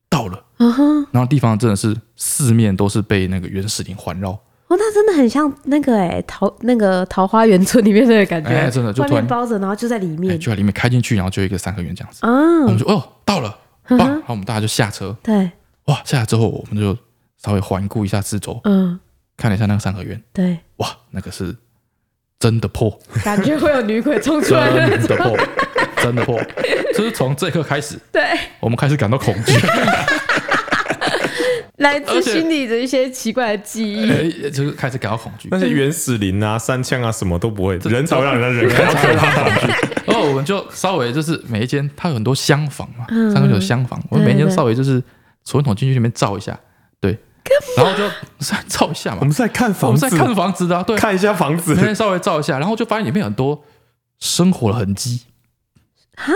S2: 到了，
S4: 嗯哼，
S2: 然后地方真的是四面都是被那个原始林环绕，
S4: 哦，那真的很像那个哎桃那个桃花源村里面那个感觉，
S2: 哎真的就
S4: 外
S2: 突
S4: 面
S2: 然
S4: 包着，然后就在里
S2: 哎，
S4: 面
S2: 就在里面开进去，然后就有一个三合院这样子，
S4: 啊。
S2: 我们就哦到了，哇，
S4: 嗯哼
S2: 然后我们大家就下车，
S4: 对，
S2: 哇，下来之后我们就稍微环顾一下四周，
S4: 嗯
S2: 看了一下那个三合院，
S4: 对，
S2: 哇，那个是真的破，
S4: 感觉会有女鬼冲出来的那
S2: 真
S4: 种。
S2: 的破，真的破，就是从这一刻开始，
S4: 对，
S2: 我们开始感到恐惧，
S4: 来自
S2: 而且
S4: 心里的一些奇怪的记 忆。
S2: 哎就是开始感到恐惧
S3: 那。些原始林啊、山枪啊什么都不会，人才会让人家人感到可怕。
S2: 然后我们就稍微就是每一间，它有很多厢房嘛，
S4: 嗯
S2: 三个有厢房，我们每一间稍微就是手电筒进去里面照一下，对，然后就照一下
S3: 我
S2: 嘛
S3: 们，是在看
S2: 我
S3: 房
S2: 们
S3: 子嗯
S2: 在，看房子的啊、对，
S3: 看一下房子
S2: 每，天稍微照一下，然后就发现里面有很多生活的痕迹，
S4: 哈，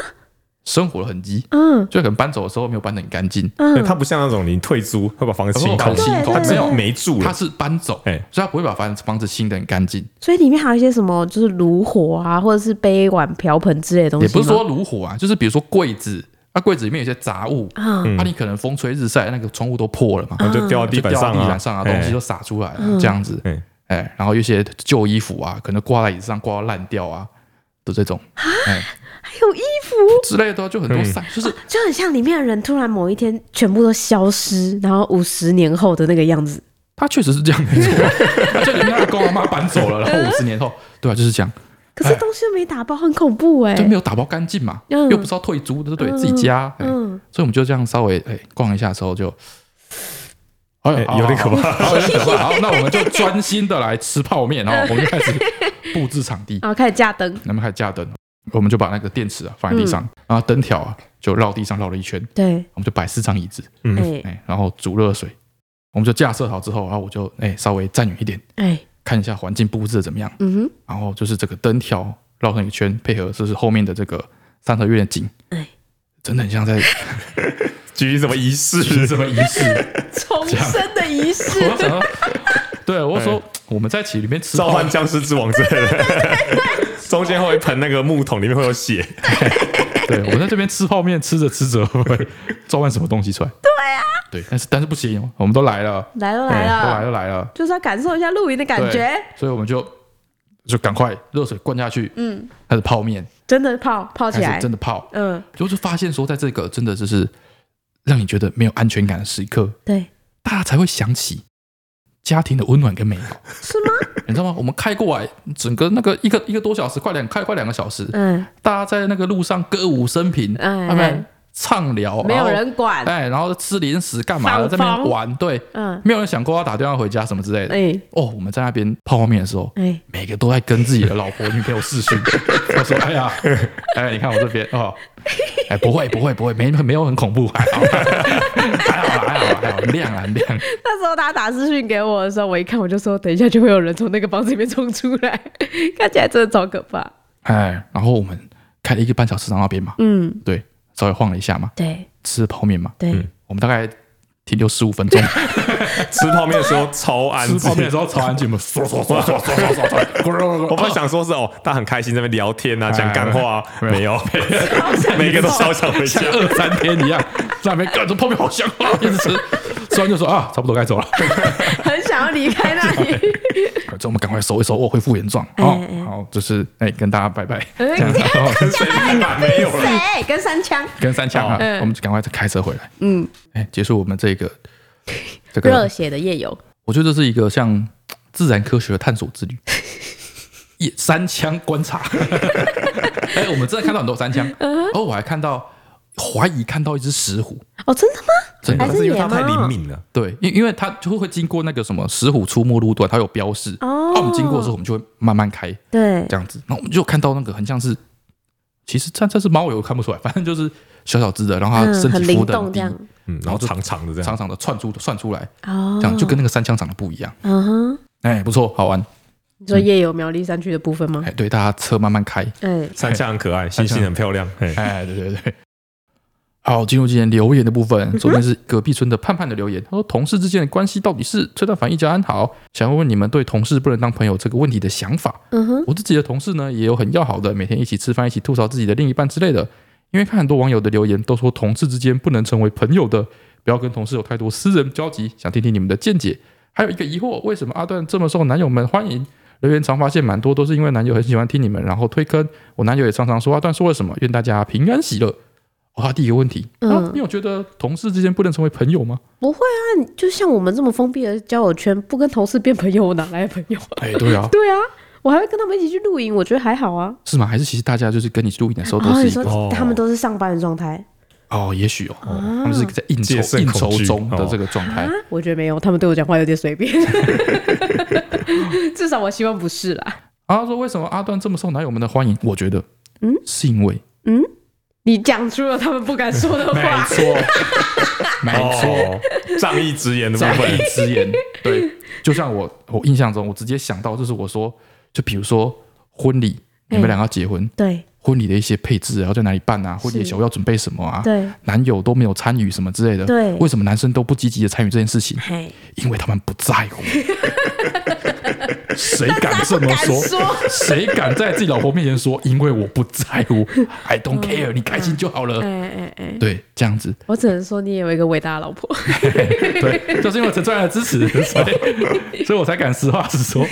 S2: 生活的痕迹，
S4: 嗯
S2: 就可能搬走的时候没有搬得很干净，
S3: 对
S4: 嗯，
S3: 它不像那种你退租会把房子清空
S2: 把，清
S4: 对
S2: 空
S4: 对
S3: 它
S2: 没
S3: 没
S2: 有
S3: 有，没
S4: 嗯
S3: 住
S2: 它
S3: 了，
S2: 是搬走，
S3: 哎
S2: 所以它不会把房子房子清得很干净，
S4: 所以里面还有一些什么，就是炉火啊，或者是杯碗瓢盆之类的东西
S2: 也
S4: 吗。
S2: 不是说炉火啊，就是比如说柜子，它柜子里面有些杂物，
S4: 啊，
S2: 啊，你可能风吹日晒，那个窗户都破了嘛，
S4: 嗯
S3: 然后就掉嗯到地板上
S2: 就掉到地
S3: 啊，
S2: 板上啊，东西
S3: 哎
S2: 都洒出来了，这样子，
S3: 嗯
S2: 哎，然后有一些旧衣服啊，可能挂在椅子上挂到烂掉啊的这种，哎
S4: 还有衣服，
S2: 之类的啊，就很多
S3: 嗯
S2: 散，就是
S4: 就很像里面的人突然某一天全部都消失，然后五十年后的那个样子。
S2: 他确实是这样，没 错，他就人家的公阿妈搬走了，然
S4: 嗯
S2: 后五十年后，对啊，就是这样，
S4: 可是东西都没打包，很恐怖哎、
S2: 就没有打包干净嘛，
S4: 嗯
S2: 又不是要退租，对不对？
S4: 嗯
S2: 自己家，哎
S4: 嗯，
S2: 所以我们就这样稍微哎逛一下之后就。哎
S3: 哎
S2: 好好
S3: 有点可怕
S2: 好好有点可 怕。好，那我们就专心的来吃泡面，然后我们就开始布置场地。
S4: 哦然后开始架灯，
S2: 那么还架灯，我们就把那个电池啊放在地上，
S4: 嗯
S2: 然后灯条啊就绕地上绕了一圈，
S4: 对，
S2: 我们就摆四张椅子，
S4: 哎、
S3: 嗯，
S2: 哎、然后煮热水，我们就架设好之后，然后我就哎、稍微站远一点，
S4: 哎、
S2: 看一下环境布置的怎么样，
S4: 嗯哼，
S2: 然后就是这个灯条绕成一个圈，配合就是后面的这个三合院的景，
S4: 哎
S2: 真的很像 在
S3: 举行什么仪式？
S2: 举行什么仪式？
S4: 重生的仪式
S2: 我想到，对我说、我们在一起里面吃
S3: 召
S2: 泡
S3: 唤
S2: 面，
S3: 僵尸之王之类的， 中间会有一盆那个木桶，里面会有血，
S2: 对，我们在这边吃泡面，吃着吃着会不会 召唤什么东西出来？对啊，对，但是但是不行哦，我们都来了。
S4: 来都来
S2: 都哎来
S4: 了，
S2: 都来了，
S4: 就是要感受一下露营的感觉
S2: 对，所以我们就就赶快热水灌下去，嗯，开始泡面，
S4: 真的泡泡起
S2: 开
S4: 来
S2: 始真，的泡，
S4: 嗯，
S2: 就是发现说，在这个真的就是让你觉得没有安全感的时刻，
S4: 对，
S2: 大家才会想起家庭的温暖跟美好，
S4: 是吗？
S2: 你知道吗？我们开过来，整个那个一个一个多小时，快两快快两个小时，
S4: 嗯，
S2: 大家在那个路上歌舞升平，
S4: 哎
S2: 他们畅聊，
S1: 没
S2: 然
S1: 有
S2: 后
S1: 人管，
S2: 哦哎，然后吃零食干嘛的，
S1: 放
S2: 在那
S1: 风
S2: 边玩，对，
S1: 嗯，
S2: 没有人想过要打电话回家什么之类的。
S1: 哎
S2: 哦，我们在那边泡泡面的时候，
S1: 哎，
S2: 每个都在跟自己的老婆、女朋友视讯。我说：“哎呀，哎，你看我这边哦，哎，不会，不会，不会，没没有很恐怖，还好，还好啦，还好啦，还好，亮啊亮。
S1: 那时候他打私讯给我的时候，我一看我就说，等一下就会有人从那个房子里面冲出来， 看起来真的超可怕。
S2: 哎，然后我们开了一个半小时到那边嘛，
S1: 嗯，
S2: 对，稍微晃了一下嘛，
S4: 对
S2: 吃泡面嘛，
S4: 对，
S3: 嗯
S2: 我们大概停留十五分钟。
S3: 吃泡面的时候超安
S2: 吃
S3: 静，
S2: 泡面的时候超安静，我 们唰唰唰唰唰唰唰唰，咕噜咕噜咕噜
S3: 我本来想说是哦，大家很开心在那边聊天啊，讲干话啊，
S2: 哎没
S3: 没有，每个都超想回家
S2: 像。二三天一样，在那边干着泡面好香啊，一直 吃。吃完就说啊，差不多该走了，
S1: 很想要离开那里。
S2: 这我们赶快收一收，哦，恢复原状。
S1: 嗯
S2: 好，好，就是哎，跟大家拜拜，
S1: 哎
S2: 这样子，然后
S3: 跟谁拜拜没有了？
S4: 哎，跟三枪
S2: 跟三枪啊
S3: 哦，
S2: 我们就赶快再开车回来。
S1: 嗯，
S2: 哎，结束我们这个这
S1: 热
S2: 个，
S1: 血的夜游，
S2: 我觉得这是一个像自然科学的探索之旅。也三枪观察， 哎，我们真的看到很多三枪，
S4: 嗯
S2: 哦，我还看到怀疑看到一只石虎，
S4: 哦，真的吗？
S2: 真的
S4: 还是
S3: 因为
S4: 野
S3: 他
S4: 猫
S3: 太灵敏了，
S2: 对，因因为它就会经过那个什么石虎出没路段，它有标示。
S4: 哦
S2: 那我们经过的时候，我们就会慢慢开
S4: 对
S2: 这样子。那我们就看到那个很像是，其实这这只猫我也看不出来，反正就是小小只的，然后它
S4: 嗯，
S2: 身
S4: 很
S2: 体
S4: 灵
S2: 浮的
S4: 动
S2: 很
S4: 这
S2: 低，
S4: 样
S3: 嗯，然后长长的这样
S2: 长，长的窜出窜出来，
S4: 哦
S2: 这，样就跟那个三枪长得不一样。
S4: 嗯哼，
S2: 哎，不错，好玩。
S1: 你说夜游苗栗山区的部分吗？
S2: 哎，对，大家车慢慢开。
S1: 哎，
S3: 三下很可爱，星星很漂亮，嘿
S2: 哎，对对对。好，进入今天留言的部分。首先是隔壁村的盼盼的留言， 他说同事之间的关系到底是崔大凡一家安好，想要问你们对同事不能当朋友这个问题的想法。
S4: 嗯哼，
S2: 我自己的同事呢，也有很要好的，每天一起吃饭，一起吐槽自己的另一半之类的。因为看很多网友的留言，都说同事之间不能成为朋友的，不要跟同事有太多私人交集。想听听你们的见解。还有一个疑惑，为什么阿段这么受男友们欢迎？留言常发现蛮多都是因为男友很喜欢听你们，然后推坑。我男友也常常说阿啊段说了什么，愿大家平安喜乐。哇、他第一个问题，
S4: 嗯
S2: 啊，你有觉得同事之间不能成为朋友吗？
S4: 不会啊，你就像我们这么封闭的交友圈，不跟同事变朋友，我哪来的朋友 啊？
S2: 哎，对啊，
S4: 对啊，我还会跟他们一起去露营，我觉得还好啊。
S2: 是吗？还是其实大家就是跟你录影的时候都
S4: 哦，
S2: 是
S4: 你
S2: 一个
S4: 说
S3: 哦
S4: 他们都是上班的状态
S2: 哦也许哦，
S4: 啊
S2: 他们是在应
S3: 戒
S2: 酬
S3: 慎
S2: 应酬
S3: 恐惧
S2: 中的这个状态
S4: 啊。？我觉得没有，他们对我讲话有点 随便，至少我希望不是啦。
S2: 然后他啊说为什么阿段这么受男友们的欢迎？我觉得，
S4: 嗯，
S2: 是因为
S4: 你讲出了他们不敢说的
S3: 哎
S2: 没
S4: 话，
S2: 错，没 错，
S3: 哦，仗义直言的
S2: 仗
S3: 部
S2: 义
S3: 分，
S2: 直言。对，就像我我印象中，我直接想到就是我说，就比如说婚礼，你们
S4: 嗯
S2: 两个要结婚，
S4: 对
S2: 婚礼的一些配置啊要在哪里办啊，婚礼的
S4: 是
S2: 小物要准备什么啊，
S4: 对
S2: 男友都没有参与什么之类的，
S4: 对
S2: 为什么男生都不积极的参与这件事情？
S4: 嘿，
S2: 因为他们不在 乎。谁敢这 么说？ 谁敢在自己老婆面前说？因为我不在乎，I don't care，你开心就好了。
S4: 哎哎哎，
S2: 对，这样子，
S4: 我只能说你也有一个伟大的老婆，
S2: 对，就是因为陈川的支 持，所以，所以我才敢实话实说。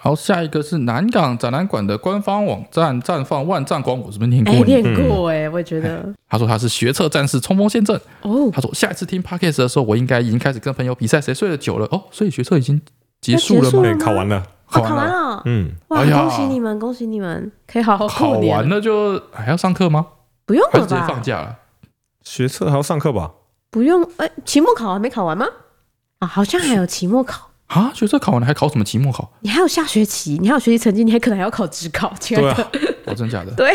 S2: 好，下一个是南港展览馆的官方网站绽放万丈光，我是不是念过
S4: 哎，
S2: 你？
S4: 练过哎，我也觉得
S2: 他说他是学测战士冲锋陷阵，
S4: 哦，
S2: 他说下一次听 podcast 的时候，我应该已经开始跟朋友比赛谁睡得久了哦，所以学测已经结束了
S4: 要结束
S2: 吗
S4: 了？
S3: 哎考完了，
S4: 哦考完了，
S3: 嗯，
S4: 哇，
S2: 哎呀
S4: 恭喜你们，恭喜你们，可以好好
S2: 考
S4: 过年
S2: 完，了就还要上课吗？
S4: 不用
S2: 还是
S4: 了
S2: 直接放
S4: 吧？
S2: 假了？
S3: 学测还要上课吧？
S4: 不用，哎，期末考还没考完吗？啊，好像还有期末考。
S2: 啊，学测考完了还考什么期末考？
S4: 你还有下学期，你还有学习成绩，你还可能还要考职考，亲爱
S3: 对
S4: 的。
S3: 啊，
S2: 哦，真假的？
S4: 对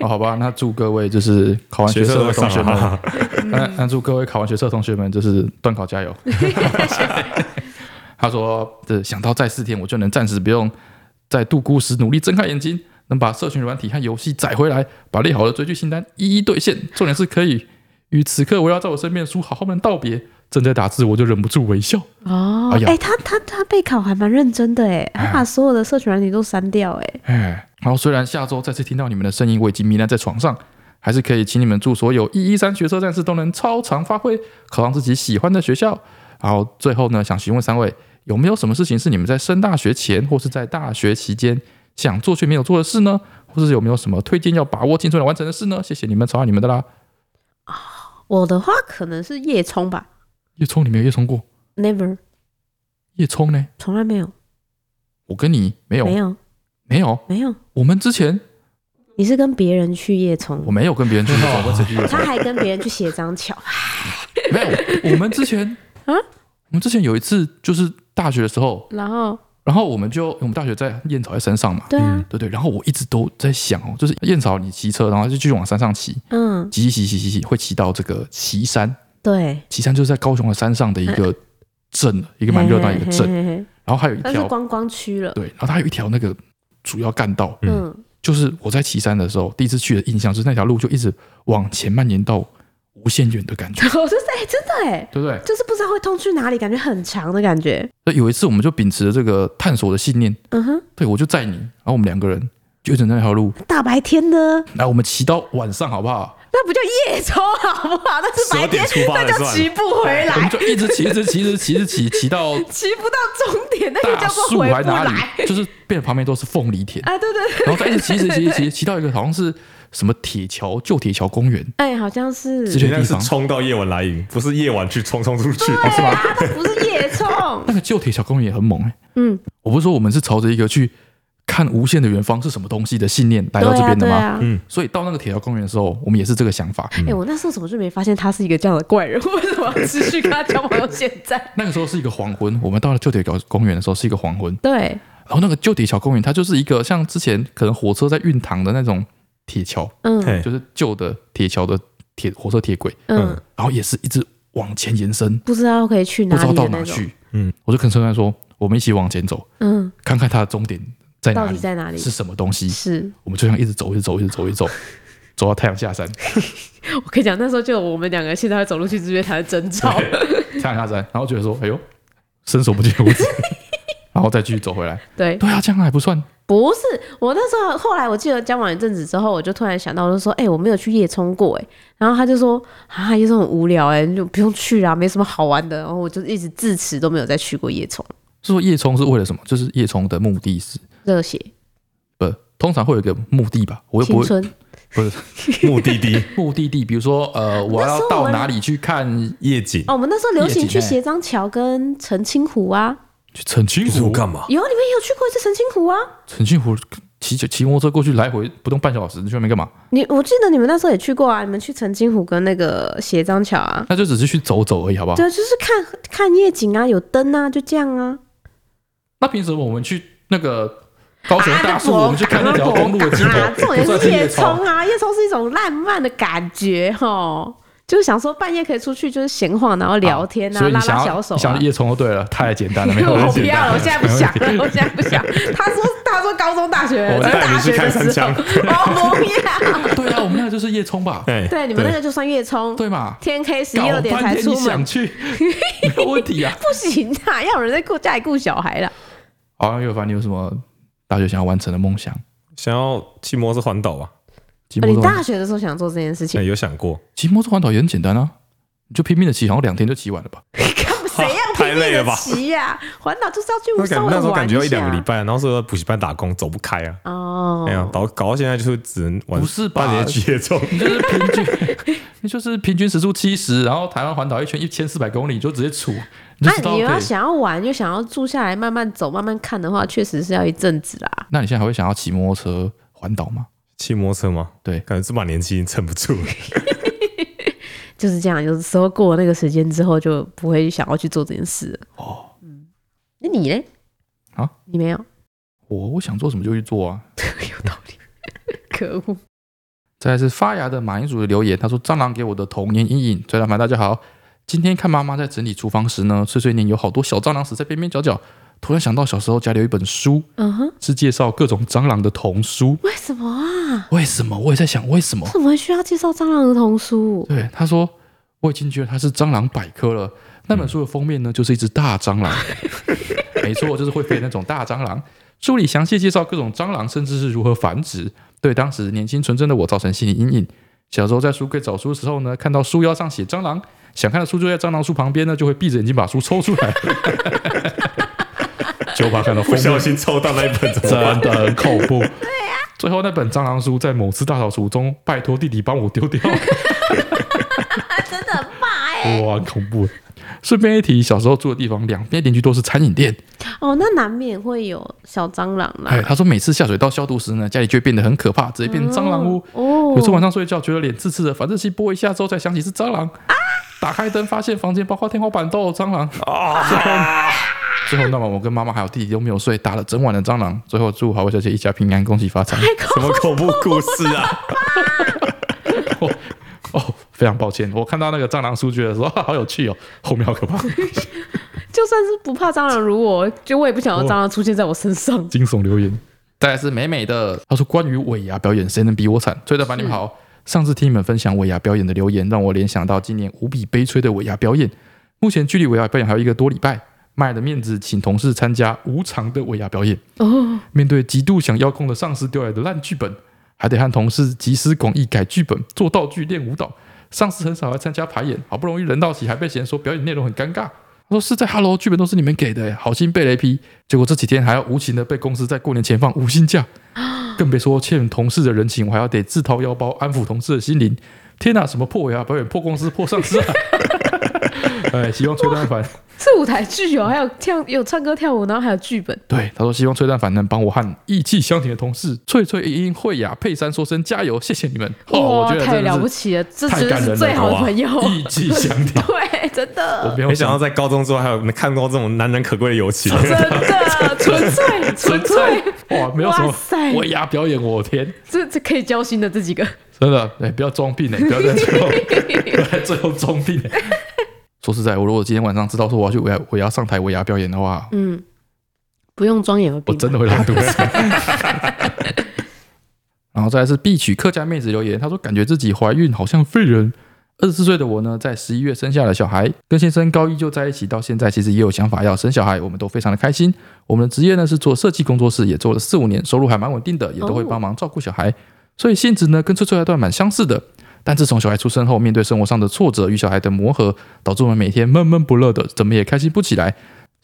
S2: 哦，好吧，那祝各位就是考完学
S3: 啊学测
S2: 测
S3: 都
S2: 的
S3: 上
S2: 同学
S3: 了
S2: 们，
S3: 哈哈，
S2: 那那祝各位考完学测的同学们就是断考加油。他说，这想到再四天我就能暂时不用再度孤时努力睁开眼睛，能把社群软体和游戏载回来，把列好的追剧清单一一兑现。重点是可以与此刻围绕在我身边的书好好们道别。正在打字，我就忍不住微笑。
S4: 哦，
S2: 哎
S4: 哎、
S2: 呀
S4: 他他他备考还蛮认真的哎，他把所有的社群软体都删掉哎，
S2: 哎，然后虽然下周再次听到你们的声音，我已经糜烂在床上，还是可以请你们祝所有一一三学车战士都能超常发挥，考上自己喜欢的学校。然后最后呢，想询问三位有没有什么事情是你们在升大学前或是在大学期间想做却没有做的事呢？或是有没有什么推荐要把握青春来完成的事呢？谢谢你们，超爱你们的啦！
S4: 我的话可能是夜冲吧
S2: 叶冲，你没有叶冲过？
S4: ，never，
S2: 叶冲呢？
S4: 从来没有，
S2: 我跟你没有
S4: 没有，
S2: 没有，
S4: 没有，
S2: 我们之前
S4: 你是跟别人去夜冲
S2: 我，没有跟别人去夜冲，我只去夜
S4: 他
S2: 冲。
S4: 还跟别人去写张桥，
S2: 没有，我们之前
S1: 啊
S2: 啊，我们之前有一次就是大学的时候，
S1: 然后
S2: 然后我们就我们大学在燕巢在山上嘛，
S4: 对啊，
S2: 对对，然后我一直都在想哦，就是燕巢你骑车，然后就继续往山上骑，
S4: 嗯，
S2: 骑骑骑骑骑，会骑到这个旗山，
S4: 对，
S2: 旗山就是在高雄的山上的一个镇，一
S4: 一
S2: 个蛮热闹一个镇，
S4: 镇，
S2: 然后还有一
S4: 嗯那是
S2: 条
S4: 观光区了，
S2: 对，然后它有一条那个主要干道，
S4: 嗯，
S2: 就是我在旗山的时候第一次去的印象，就是那条路就一直往前蔓延到无限远的感觉，
S4: 我就是哎，真的哎，
S2: 对不对？
S4: 就是不知道会通去哪里，感觉很长的感觉，
S2: 所以有一次我们就秉持着这个探索的信念，
S4: 嗯哼，
S2: 对我就载你，然后我们两个人就一直在那条路，
S4: 大白天的，
S2: 来我们骑到晚上好不好？
S4: 那不叫夜冲好不好？那是白天
S3: 12点出，发
S4: 那
S3: 了
S4: 叫骑不回
S2: 我们
S4: 来，
S2: 就一直骑，一直骑，一直骑，一直骑，骑到
S4: 骑不到终点，那个
S2: 大
S4: 叫
S2: 树
S4: 做回
S2: 还
S4: 不
S2: 哪里
S4: 来，
S2: 就是变得旁边都是凤梨田，
S4: 啊！对对对，
S2: 然后再一直骑，一直骑，一直骑，骑到一个好像是什么铁桥旧铁桥公园，
S4: 哎，好像是，
S2: 之
S3: 你
S2: 前
S3: 那
S2: 地
S3: 个是
S2: 方，
S3: 冲到夜晚来营，不是夜晚去冲冲出去，是吧？
S4: 啊，那不是夜冲
S2: 那个旧铁桥公园也很猛哎、
S4: 嗯，
S2: 我不是说我们是朝着一个去看无限的远方是什么东西的信念来到这边的
S4: 对
S2: 吗？
S4: 啊对啊
S2: 所以到那个铁桥公园的时候，我们也是这个想法。
S4: 哎、我那时候怎么就没发现他是一个这样的怪人？为什么要持续跟他交往到现在？
S2: 那个时候是一个黄昏，我们到了旧铁桥公园的时候是一个黄昏，
S4: 对，
S2: 然后那个旧铁桥公园它就是一个像之前可能火车在运塘的那种铁桥，
S4: 嗯
S3: 嘿
S2: 就是旧的铁桥的铁火车铁轨，
S4: 嗯，
S2: 然后也是一直往前延伸，
S4: 不知道可以去
S2: 不
S4: 哪
S2: 知道
S4: 里
S2: 到
S4: 的
S2: 哪
S4: 那种。
S2: 去。嗯，我就跟陈川说，我们一起往前走，
S4: 嗯，
S2: 看看它的终点在哪
S4: 到
S2: 里，
S4: 底在哪里
S2: 是什么东西。
S4: 是
S2: 我们就像一直走，一直走，一直走，一直走，走到太阳下 山，
S1: 我跟你讲，那时候就有我们两个现在走路去日月潭的征 兆，
S2: 太阳下山，然后觉得说，哎呦，伸手不见五指，然后再继续走回来。
S1: 对，
S2: 对啊，这样还不算。
S4: 不是我那时候，后来我记得交往一阵子之后，我就突然想到，我就说，哎、我没有去夜冲过，哎，然后他就说，啊，夜冲很无聊、哎，你就不用去啦，没什么好玩的。然后我就一直自此都没有再去过夜冲，
S2: 是说夜冲是为了什么？就是夜冲的目的是
S4: 热血
S2: 不，通常会有一个目的吧？我又不
S4: 青
S2: 会
S4: 春，
S2: 不是
S3: 目的地
S2: 目的地，比如说呃，我
S4: 那时
S2: 要
S4: 候
S2: 到
S4: 我
S2: 哪里去看
S3: 夜景
S4: 哦，我们那时候流行
S2: 夜景
S4: 去
S2: 哎
S4: 斜张桥跟澄清湖啊，
S2: 去澄清湖？
S3: 嘛？
S4: 有你们也有去过一次澄清湖啊？
S2: 澄清湖骑骑摩托车过去来回不动半小时，你去那边干嘛？
S4: 你我记得你们那时候也去过啊，你们去澄清湖跟那个斜张桥啊，
S2: 那就只是去走走而已，好不好？
S4: 对，就是看看夜景啊，有灯啊，就这样啊。
S2: 那凭什么我们去那个高雄哦大树，
S4: 啊
S2: 我们去看那条公路的尽头
S4: 啊，？重点
S2: 不
S4: 是
S2: 去
S4: 夜
S2: 夜
S4: 冲啊，夜冲是一种浪漫的感觉哈，就是想说半夜可以出去，就是闲晃，然后聊天啊，
S2: 所以
S4: 拉
S2: 你想
S4: 拉
S2: 要
S4: 小手
S2: 你想
S4: 啊
S2: 要。夜冲就对了，太简 单了， 没有
S1: 我
S2: 人
S1: 不
S2: 简
S1: 要
S2: 单。
S1: 了，我现在不想了，我现在不想。他说他说高中大学，
S3: 我
S1: 是
S3: 带
S1: 大
S3: 你去
S1: 学
S3: 看
S1: 的时
S3: 三
S1: 候，
S3: 枪，
S1: 我不要。
S2: 对啊，我们那个就是夜冲吧？
S3: 哎，
S4: 哦对，你们那个就算夜冲，
S2: 对嘛？
S4: 天黑十一
S2: 搞
S4: 二
S2: 半
S4: 点才
S2: 天
S4: 出
S2: 你想
S4: 门，
S2: 去， 没有问题啊。
S4: 不行啊，要有人在顾家里顾小孩啦。
S2: 好像又凡，你有什么大学想要完成的梦想？
S3: 想要骑摩托车环岛吧？
S2: 骑
S4: 啊
S2: 摩
S4: 你
S2: 托
S4: 大学的时候想做这件事
S3: 哎，
S4: 情，
S3: 有想过？
S2: 骑摩托环岛也很简单啊，你就拼命的骑，好像两天就骑完了 吧？
S4: 谁要拼
S3: 太累
S4: 命
S3: 了
S4: 的
S3: 吧
S4: 骑呀？啊环岛就是要去
S3: 那
S4: 稍
S3: 感
S4: 微
S3: 那时候
S4: 玩
S3: 感觉要一两个
S4: 下
S3: 礼拜，然后是在补习班打工，走不开啊。
S4: 哦
S3: 哎，呀，搞搞到现在就是只能玩
S2: 不是吧
S3: 半年去 夜冲，
S2: 你就是平均，你就是平均时速七十，然后台湾环岛一圈一千四百公里，你就直接杵， 啊你
S4: 那
S2: 就知道
S4: 你
S2: 可以。
S4: 要想要玩，又想要住下来，慢慢走，慢慢看的话，确实是要一阵子啦。
S2: 那你现在还会想要骑摩托车环岛吗？
S3: 骑摩托车吗？
S2: 对
S3: 感觉这把年纪撑不住了。
S4: 就是这样，有时候过了那个时间之后，就不会想要去做这件事了。
S2: 哦，
S4: 那你呢？
S2: 啊，
S4: 你没有，
S2: 哦我我想做什么就去做啊。
S4: 有道理。可恶，
S2: 再来是发芽的马铃薯的留言，他说：“蟑螂给我的童年阴影。”崔老板，大家好，今天看妈妈在整理厨房时呢，碎碎念有好多小蟑螂死在边边角角，突然想到小时候家里有一本书，
S4: 嗯哼，
S2: 是介绍各种蟑螂的童书。
S4: 为什么啊？
S2: 为什么？我也在想为什么
S4: 为。什么会需要介绍蟑螂儿童书？
S2: 对，他说我已经觉得它是蟑螂百科了。那本书的封面呢，就是一只大蟑螂，没错，就是会飞的那种大蟑螂。书里详细介绍各种蟑螂，甚至是如何繁殖，对当时年轻纯真的我造成心理阴影。小时候在书柜找书的时候呢，看到书腰上写蟑螂，想看的书就在蟑螂书旁边呢，就会闭着眼睛把书抽出来。就怕看到封
S3: 不
S2: 面
S3: 小心抽到那一本怎么
S2: 真
S3: 办？
S2: 的很恐怖。对呀、最后那本蟑螂书在某次大扫除中，拜 托弟弟帮我丢掉。真的很怕哎、哇，很恐怖。顺便一提，小时候住的地方两边邻居都是餐饮店。
S1: 哦，那难免会有小蟑螂啦
S4: 啊
S2: 哎，。他说每次下水道消毒时呢，家里就会变得很可怕，直接变成蟑螂屋。
S1: 哦，
S2: 有时候晚上睡觉觉得脸刺刺的，反正去拨一下之后才想起是蟑螂。打开灯发现房间包括天花板都有蟑螂。
S3: 啊，
S2: 最后那晚我跟妈妈还有弟弟都没有睡，打了整晚的蟑螂。最后祝华为小姐一家平安，恭喜发财。
S3: 什么恐怖故事啊？
S2: 哦哦，非常抱歉，我看到那个蟑螂书觉得说、啊 好有趣哦，后面好可怕，
S1: 就算是不怕蟑螂，如我就我也不想要蟑螂出现在我身上。
S2: 惊悚 留言。再来是美美的，她说关于尾牙表演，谁能比我惨？崔德凡你们好，上次听你们分享尾牙表演的留言，让我联想到今年无比悲催的尾牙表演。目前距离尾牙表演还有一个多礼拜，卖了面子请同事参加无偿的尾牙表演。
S1: 哦，
S2: 面对极度想要控的上司丢来的烂剧本，还得和同事集思广益改剧本、做道具、练舞蹈。上司很少来参加排演，好不容易人到齐，还被嫌说表演内容很尴尬。他说是在 Hello 剧本都是你们给的耶，好心被雷劈。结果这几天还要无情的被公司在过年前放无薪假， 更别说欠同事的人情，我还要得自掏腰包安抚同事的心灵。天哪，什么破尾啊，表演破公司破 上司啊！哎，希望崔丹凡
S1: 是舞台剧哦，还有跳有唱歌跳舞，然后还有剧本。
S2: 对，他说希望崔蛋凡能帮我和意气相挺的同事翠翠、茵茵、慧雅、佩珊说声加油，谢谢你们。哦，我
S1: 哇
S2: 觉，得
S1: 太
S2: 真的
S1: 了不
S2: 是
S1: 起了，这
S2: 太
S1: 真的
S2: 感人
S1: 是
S2: 了
S1: 最好的朋友。
S2: 意气相挺。
S1: 对，真
S2: 我
S1: 的，
S2: 没有
S3: 没想 到在高中之后还有看过这种难能可贵的 友情。
S1: 真的纯粹，纯粹，
S2: 哇，没有什
S1: 哇塞
S2: 么尾牙表演，我天，
S1: 这这可以交心的这几个。
S2: 真的，哎，不要装病哎，不要在最后，不要在最后装病哎。说实在，我如果今天晚上知道说我要去尾牙，我要上台尾牙表演的话，
S1: 嗯，不用装也会
S2: 我
S1: 病。
S2: 真的会拉肚子。然后再来是必取客家妹子留言，她说感觉自己怀孕好像废人。二十四岁的我呢，在十一月生下了小孩，跟先生高一就在一起，到现在其实也有想法要生小孩，我们都非常的开心。我们的职业呢是做设计工作室，也做了四五年，收入还蛮稳定的，也都会帮忙照顾小孩，所以性质呢跟翠翠还段蛮相似的。但自从小孩出生后，面对生活上的挫折与小孩的磨合，导致我们每天闷闷不乐的，怎么也开心不起来。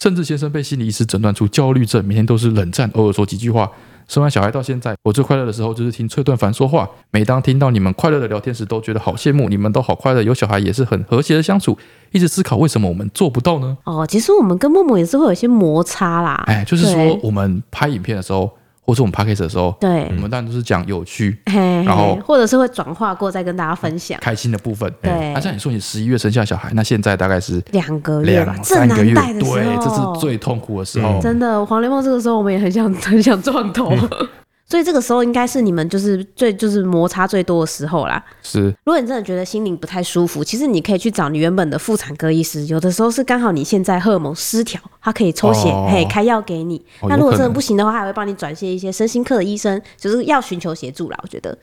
S2: 甚至先生被心理医师诊断出焦虑症，每天都是冷战，偶尔说几句话。生完小孩到现在，我最快乐的时候就是听崔段凡说话。每当听到你们快乐的聊天时，都觉得好羡慕，你们都好快乐，有小孩也是很和谐的相处。一直思考为什么我们做不到呢？
S4: 哦，其实我们跟默默也是会有一些摩擦啦。
S2: 哎，就是说
S4: 对嗯
S2: 我们拍影片的时候，或是我们 p o d c a s 的时候，
S4: 对，
S2: 我们当然都是讲有趣、
S4: 嘿嘿
S2: 嗯然后
S4: 或者是会转化过再跟大家分享。
S2: 开心的部分。
S4: 对
S2: 哎那、像你说你十一月生下小孩，那现在大概是
S4: 两个月吧
S2: 两，
S4: 正
S2: 三个
S4: 难
S2: 月，
S4: 带的时候，
S2: 对，这是最痛苦的时候。
S3: 嗯
S4: 真的。黄连梦这个时候我们也很想 很想撞头，
S2: 嗯
S4: 所以这个时候应该是你们就是最就是摩擦最多的时候啦。
S2: 是
S4: 如果你真的觉得心灵不太舒服，其实你可以去找你原本的妇产科医师，有的时候是刚好你现在荷尔蒙失调，他可以抽血，
S2: 哦
S4: 嘿，开药给你。
S2: 哦有
S4: 那如果
S2: 可
S4: 真的
S2: 能
S4: 不行的话，还会帮你转介一些身心科的医生，就是要寻求协助啦。我觉得，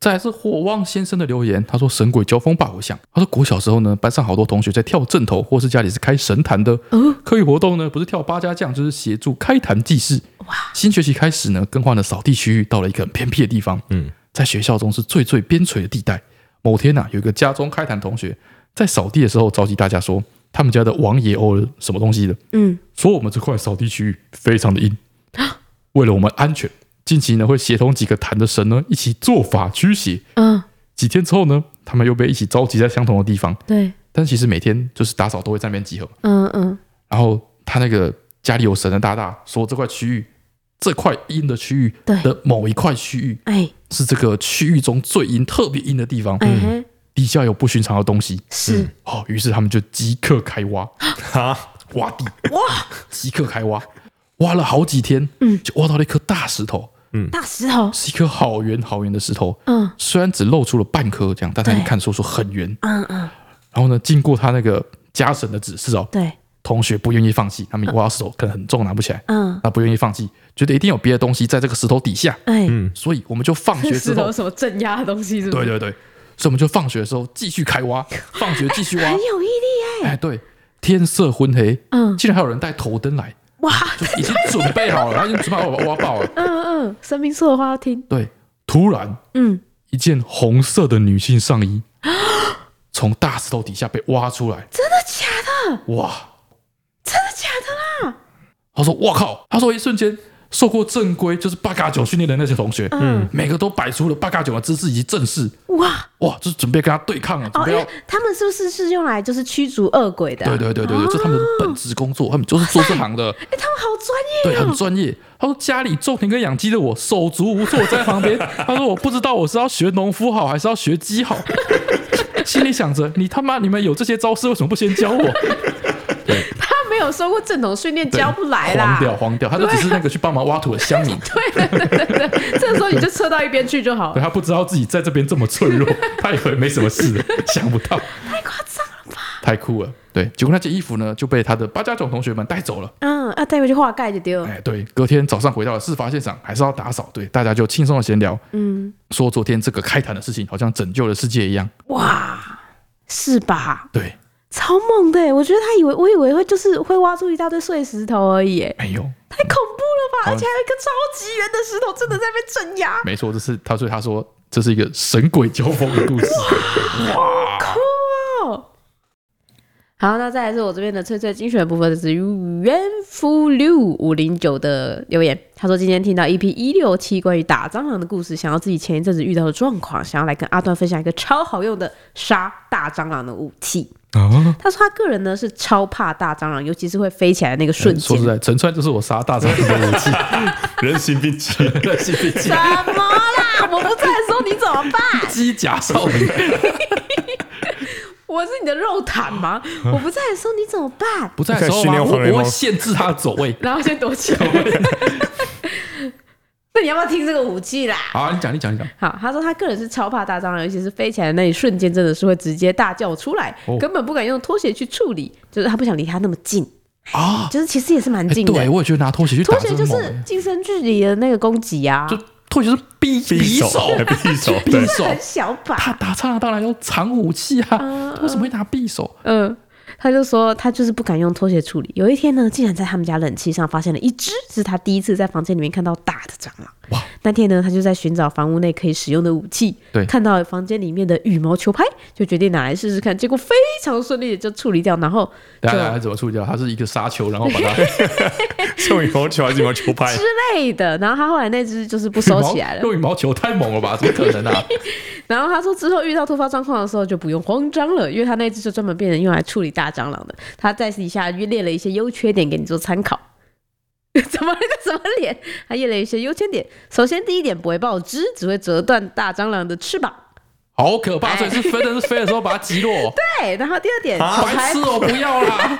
S2: 再来是火旺先生的留言，他说神鬼交锋吧，我想。他说国小时候呢，班上好多同学在跳正头，或是家里是开神坛的。课余活动呢，不是跳八家将，就是协助开坛祭祀。哇！新学期开始呢，更换了扫地区域，到了一个很偏僻的地方。
S3: 嗯，
S2: 在学校中是最最边陲的地带。某天呐、啊有一个家中开坛同学在扫地的时候召集大家说，他们家的王爷哦什么东西的，
S4: 嗯，
S2: 说我们这块扫地区域非常的阴，为了我们安全，近期呢会协同几个坛的神呢一起做法驱邪。
S1: 嗯，
S2: 几天之后呢，他们又被一起召集在相同的地方，
S1: 对，
S2: 但其实每天就是打扫都会在那边集合。
S1: 嗯嗯，
S2: 然后他那个家里有神的大大说，这块区域，这块阴的区域
S4: 对
S2: 的某一块区域
S4: 哎
S2: 是这个区域中最阴、特别阴的地方，
S4: 哎嘿，
S2: 底下有不寻常的东西。
S4: 是
S2: 哦，于是他们就即刻开挖，
S3: 啊，
S2: 挖地，哇，即刻开挖，挖了好几天，嗯，就挖到了一颗大石头，
S4: 大石头，
S2: 是一颗好圆好圆的石头，
S4: 嗯，
S2: 虽然只露出了半颗这样，但他一
S4: 对
S2: 看说说很圆。
S4: 嗯嗯，
S2: 然后呢，经过他那个家神的指示哦，
S4: 对，
S2: 同学不愿意放弃，他们挖到石头可能很重，拿不起来，
S4: 嗯，
S2: 那不愿意放弃，觉得一定有别的东西在这个石头底下，
S4: 哎，
S2: 所以我们就放学之
S1: 石头
S2: 后，
S1: 什么镇压的东西是不
S2: 对
S1: 是？
S2: 对对，所以我们就放学的时候继续开挖，放学继续挖
S4: 很，有毅力
S2: 哎，对，天色昏黑，
S4: 嗯
S2: 竟然还有人带头灯来，
S4: 哇，
S2: 就已经准备好了，他已经准备好把我挖爆了，
S1: 嗯嗯，神明说的话要听。
S2: 对，突然
S4: 嗯，
S2: 一件红色的女性上衣从大石头底下被挖出来，
S4: 真的假的？
S2: 哇！
S4: 真的假的啦？
S2: 他说：“我靠！”他说一瞬间，受过正规就是八嘎九训练的那些同学，
S4: 嗯，
S2: 每个都摆出了八嘎九的姿势以及阵势，
S4: 哇，
S2: 哇，就是准备跟他对抗了，准
S4: 哦，
S2: 备
S4: 因
S2: 要、
S4: 为他们是不是是用来就是驱逐恶鬼的啊、
S2: 对对对对对，这是他们的本职工作，他们就是做这行的，
S4: 哎、他们好专
S2: 对，
S4: 业哦、
S2: 很专业。他说家里种田跟养鸡的我手足无措，我站在旁边，他说我不知道我是要学农夫好还是要学鸡好， 心里想着你他妈你们有这些招式为什么不先教我？
S1: 他没有受过正统训练，
S2: 对
S1: 教不来
S2: 黄
S1: 啦。
S2: 掉黄掉，他
S4: 啊
S2: 就只是那个去帮忙挖土的乡 民，
S1: 对对对对对，这个时候你就撤到一边去就好
S2: 对
S1: 了。
S2: 他不知道自己在这边这么脆 弱，他以为没什么事，想不到
S4: 太夸张了吧？
S2: 太酷了。对，结果那件衣服呢就被他的八家种同学们带走了。
S4: 嗯，啊，带回去化盖就
S1: 嗯
S4: 丢了。
S2: 哎，对，隔天早上回到了事发现场，还是要打扫。对，大家就轻松的闲聊，
S4: 嗯，
S2: 说昨天这个开坛的事情好像拯救了世界一样。
S4: 哇，是吧？
S2: 对，
S4: 超猛的耶！我觉得他以为我以为会就是会挖出一大堆碎石头而已耶，
S2: 没有，
S4: 太恐怖了吧！
S1: 哦
S2: 好
S4: 而且还有一颗超级圆的石头真的在被镇压，
S2: 没错，这是他，所以他说这是一个神鬼交锋的故事。
S4: 酷哦！
S1: 好，那再来是我这边的翠翠精选的部分，就是元夫六五零九的留言，他说今天听到 EP 一六七关于打蟑螂的故事，想要自己前一阵子遇到的状况，想要来跟阿段分享一个超好用的杀大蟑螂的武器。
S2: 啊，
S1: 他说他个人呢是超怕大蟑螂，尤其是会飞起来的那个瞬
S2: 说
S1: 间
S2: 实。在，陈川就是我杀大蟑螂的武 器。
S3: 人形兵器，
S1: 什么啦？我不在的时候你怎么办？
S2: 机甲少女，
S1: 我是你的肉毯吗？
S4: 我不在的时候你怎么办？
S2: 不在的时候
S3: 训
S2: 吗？
S3: 练
S2: 我
S3: 黄雷
S2: 我
S3: 梦
S2: 会限制他的走位。
S1: 然后先躲起 来。
S4: 那你要不要听这个武器啦？
S2: 好，你讲，你讲，你讲。
S1: 好，他说他个人是超怕大蟑螂，尤其是飞起来的那一瞬间，真的是会直接大叫出来，
S2: 哦
S1: 根本不敢用拖鞋去处理，就是他不想离他那么近，
S2: 啊，
S4: 就是其实也是蛮
S2: 哎
S4: 近的，
S2: 对，我也觉得拿拖鞋去打
S1: 拖鞋
S2: 真
S1: 就
S2: 的猛
S1: 是
S2: 欸
S1: 近身距离的那个攻击啊，
S2: 就拖鞋是匕
S3: 匕
S2: 匕首，哎
S3: 匕首，对
S2: 匕，手。
S4: 很小把。
S2: 他打蟑螂当然用长武器啊，为什么会拿匕首？
S1: 嗯，
S4: 他就说他就是不敢用拖鞋处理。有一天呢，竟然在他们家冷气上发现了一只，是他第一次在房间里面看到大的蟑螂。
S2: 哇！
S4: 那天呢，他就在寻找房屋内可以使用的武器，
S2: 对
S4: 看到房间里面的羽毛球拍，就决定拿来试试看。结果非常顺利的就处理掉，然后
S2: 大家怎么处理掉？它是一个沙球，然后把 它
S3: 是用羽毛球还是羽毛球拍
S4: 之？类的。然后他后来那只就是不
S2: 羽
S4: 收
S2: 毛
S4: 起来了。
S2: 用羽毛球太猛了吧？怎么可能 啊？
S4: 然后他说之后遇到突发状况的时候就不用慌张了，因为他那只就专门变成用来处理大蟑螂的。他在底下列了一些优缺点给你做参考。 怎么了？这什么脸？他列了一些优缺点。首先，第一点不会爆汁，只会折断大蟑螂的翅膀。
S2: 好可怕！所以是飞的是飞的时候把它击落，
S4: 对，然后第二点，
S3: 啊
S4: 球拍
S2: 白痴。哦，不要啦！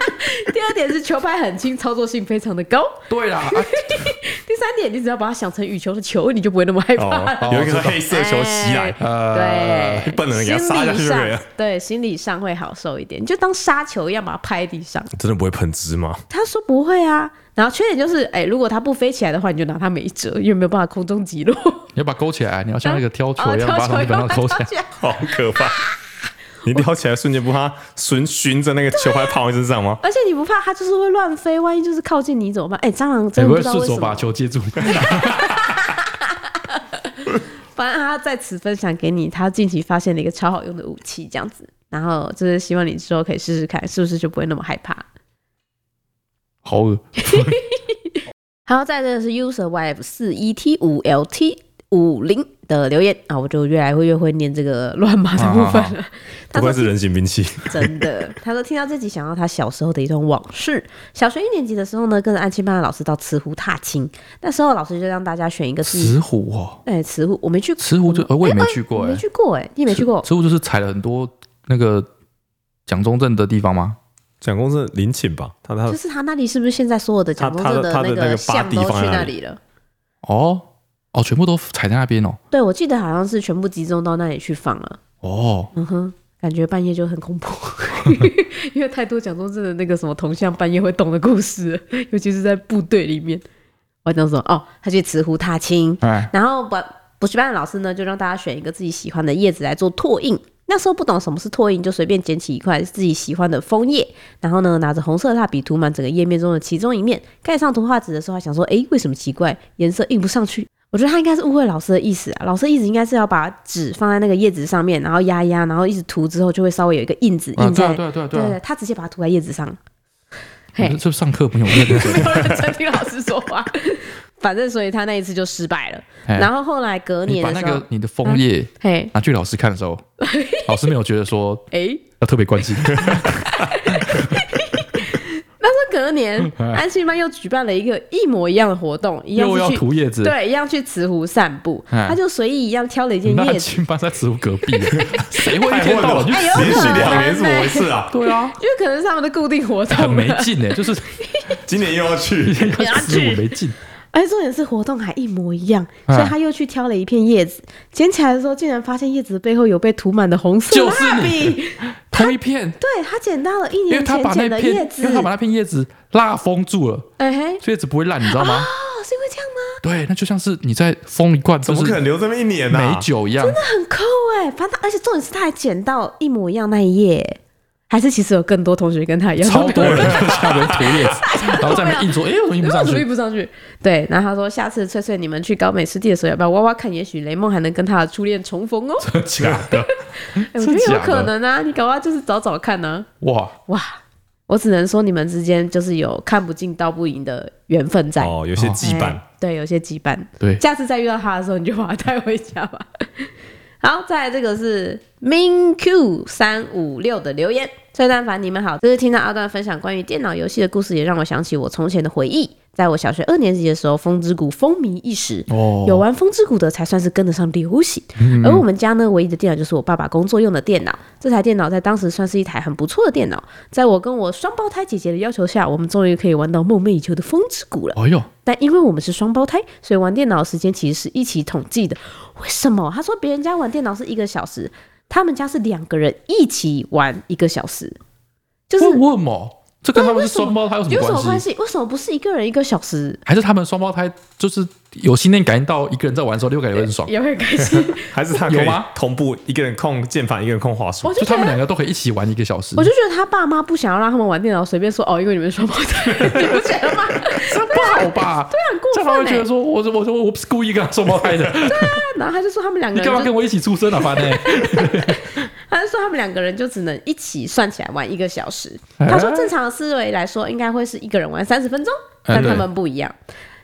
S4: 第二点是球拍很轻，操作性非常的高。
S2: 对 啦，啊
S4: 第三点，你只要把它想成羽球的球，你就不会那么害怕
S3: 哦，
S4: 了。
S3: 哎有一个黑色球袭来，
S4: 啊
S2: 呃，
S4: 对，
S3: 笨人给它
S4: 心
S3: 杀下
S4: 理
S3: 去就可以
S4: 上
S3: 了，
S4: 对，心理上会好受一点，你就当沙球一样把它拍地上。
S3: 真的不会喷汁吗？
S4: 他说不会啊，然后缺点就是，哎、如果它不飞起来的话，你就拿它没辙，因为没有办法空中击落。
S2: 你要把它勾起来，你要像那个挑球
S4: 啊
S2: 一样
S4: 跳
S2: 把
S4: 球
S2: 它
S4: 以
S2: 从
S4: 后
S2: 本上勾起来。
S4: 起来，
S3: 好可怕！你撩起来瞬间不怕循循着那个球拍跑你身上 吗？
S4: 而且你不怕它就是会乱飞，万一就是靠近你怎么办？哎、蟑螂真
S2: 你不
S4: 的不
S2: 会
S4: 知道
S2: 顺
S4: 为
S2: 手
S4: 什
S2: 把
S4: 么。
S2: 球接住？啊
S4: 反正他在此分享给你，他近期发现了一个超好用的武器，这样子。然后就是希望你之后可以试试看，是不是就不会那么害怕。
S2: 好恶，
S4: 然后再这个是 user yf 四 e t 五 l t 五零的留言啊，我就越来会越会念这个乱码的部分了。
S3: 不
S4: 他
S3: 愧
S4: 说
S3: 是人形兵器，
S4: 真的，他说听到这集想到他小时候的一段往事。小学一年级的时候呢，跟着安亲班的老师到慈湖踏青，那时候老师就让大家选一个自己
S2: 石虎哦，
S4: 哎慈湖，我没去，
S2: 石虎就呃我也没去
S4: 我
S2: 过
S4: 没
S2: 哎，
S4: 去过哎、你也没去过？
S2: 石虎就是踩了很多那个蒋中正的地方吗？
S3: 蒋公是陵寝吧？他他
S4: 就是他那里是不是现在所有的蒋中正
S3: 他他的那
S4: 那
S3: 个
S4: 个像
S3: 巴
S4: 都
S3: 蒂放
S4: 去
S3: 在那
S4: 那
S3: 里
S4: 里了？
S2: 哦哦，全部都踩在那边哦
S4: 对，我记得好像是全部集中到那里去放了。
S2: 哦，
S4: 嗯哼，感觉半夜就很恐怖， 因为太多蒋中正的那个什么铜像半夜会动的故事了，尤其是在部队里面。我讲什么？哦，他去慈湖踏青，
S2: 哎
S4: 然后把补习班的老师呢，就让大家选一个自己喜欢的叶子来做拓印。那时候不懂什么是拓印，就随便捡起一块自己喜欢的枫叶，然后呢拿着红色蜡笔涂满整个页面中的其中一面。盖上图画纸的时候，还想说，诶，为什么奇怪，颜色印不上去？我觉得他应该是误会老师的意思啊，老师意思应该是要把纸放在那个叶子上面，然后压一压，然后一直涂之后就会稍微有一个印子
S2: 啊，
S4: 印
S2: 对
S4: 在。
S2: 啊对啊对啊
S4: 对
S2: 对啊，
S4: 对，他直接把它涂 在叶子上。
S2: 你
S4: 嘿
S2: 这 是不是上课没有认真？
S1: 没有认真听老师说话。
S4: 反正所以他那一次就失败了。
S2: 哎
S4: 然后后来隔
S2: 你
S4: 年
S2: 把
S4: 的
S2: 那
S4: 时候，嗯
S2: 个你的枫叶
S4: 嘿，
S2: 拿去老师看的时 候，老师没有觉得说
S4: 哎，
S2: 要特别关 心，
S4: 那隔年
S2: 哎
S4: 安庆班又举办了一个一模一样的活动，一样
S2: 又要
S4: 是去
S2: 涂叶子。
S4: 对，一样去慈湖散步，
S2: 哎
S4: 他就随意一样挑了一件
S2: 那
S4: 叶子。
S2: 青班在植物 隔壁，谁会一
S3: 太
S2: 天
S3: 混
S2: 到晚
S3: 了，
S2: 去
S3: 持
S4: 哎有 可
S3: 续
S4: 能
S3: 两年是怎么回事啊？
S2: 对啊，
S4: 因为可能是他们的固定活
S2: 很
S4: 动
S2: 没
S4: 了，
S2: 劲哎， 就是
S3: 今年又要去，
S4: 要去
S2: 植物没劲，
S4: 而哎且重点是活动还一模一样，
S2: 哎
S4: 所以他又去挑了一片叶子，捡起来的时候竟然发现叶子背后有被涂满的红色
S2: 就是
S4: 蜡笔，
S2: 同一片，
S4: 对他捡到了一
S2: 因为
S4: 年
S2: 他
S4: 前
S2: 把
S4: 捡
S2: 那
S4: 的
S2: 片
S4: 叶，
S2: 因
S4: 子
S2: 为，他把那片叶子蜡封住了，
S4: 哎嘿，
S2: 所以叶子不会烂，你知道吗？
S4: 哦，是因为这样吗？
S2: 对，那就像是你在封一罐，
S3: 怎
S2: 就
S3: 么可
S2: 是
S3: 能啊留这么一年呢、
S2: 美酒一样，
S4: 很酷哎，反正而且重点是他还捡到一模一样那一页，还是其实有更多同学跟他一样，
S2: 超多人在下面涂叶 子，
S4: 啊
S2: 然后在那边印说，哎，我怎么印不上
S4: 主意
S2: 去？
S4: 不上去。对，然后他说下次翠翠你们去高美湿地的时候，要不要挖挖看？也许雷梦还能跟他的初恋 重逢哦。
S2: 假的，
S4: 哎我觉得有
S2: 假的
S4: 可能啊，你搞不好就是找找看呢、
S2: 哇！
S4: 哇，我只能说你们之间就是有看不尽道不赢的缘分在。
S3: 哦，有些羁绊
S4: 哎。对，有些羁绊。
S2: 对
S4: 下次再遇到他的时候，你就把他带回家吧。 好，再来这个是 Min Q 三五六的留言，崔蛋凡，你们好，这次听到阿段分享关于电脑游戏的故事，也让我想起我从前的回忆。在我小学二年级的时候，《风之谷》风靡一时，
S2: 哦
S4: 有玩《风之谷》的才算是跟得上流行。而我们家呢，唯一的电脑就是我爸爸工作用的电脑，这台电脑在当时算是一台很不错的电脑。在我跟我双胞胎姐姐的要求下，我们终于可以玩到梦寐以求的《风之谷》了。
S2: 哎呦，
S4: 但因为我们是双胞胎，所以玩电脑的时间其实是一起统计的。为什么？他说别人家玩电脑是一个小时，他们家是两个人一起玩一个小时，就是
S2: 问问某，这跟他们
S4: 为
S2: 是
S4: 什么
S2: 双胞胎有什
S4: 有什
S2: 么
S4: 么
S2: 关
S4: 关
S2: 系？
S4: 系？为什么不是一个人一个小时？
S2: 还是他们双胞胎就是有心电感应到一个人在玩的时候，另外一个人很爽，
S4: 也会开 心。
S3: 还是他可
S2: 有
S3: 以
S2: 吗
S3: 同步一个人控键盘，一个人控滑鼠
S4: 我，就
S2: 就他
S4: 觉
S2: 们
S4: 得，
S2: 两个都可以一起玩一个小时
S4: 我。就觉得他爸妈不想要让他们玩电脑，随便说哦，因为你们是双胞 胎，你不觉得吗？
S2: 这不好吧？对
S4: 啊很过
S2: 这样他会
S4: 分欸
S2: 觉得说，我我我我不是故意跟他双胞胎的，
S4: 然后他就说他们两个
S2: 你
S4: 人
S2: 干嘛
S4: 就
S2: 跟我一起出生啊？烦呢？
S4: 他就说他们两个人就只能一起算起来玩一个小时。
S2: 哎
S4: 他说正常的思维来说，应该会是一个人玩三十分钟，
S2: 哎
S4: 但
S2: 对
S4: 他们不一样。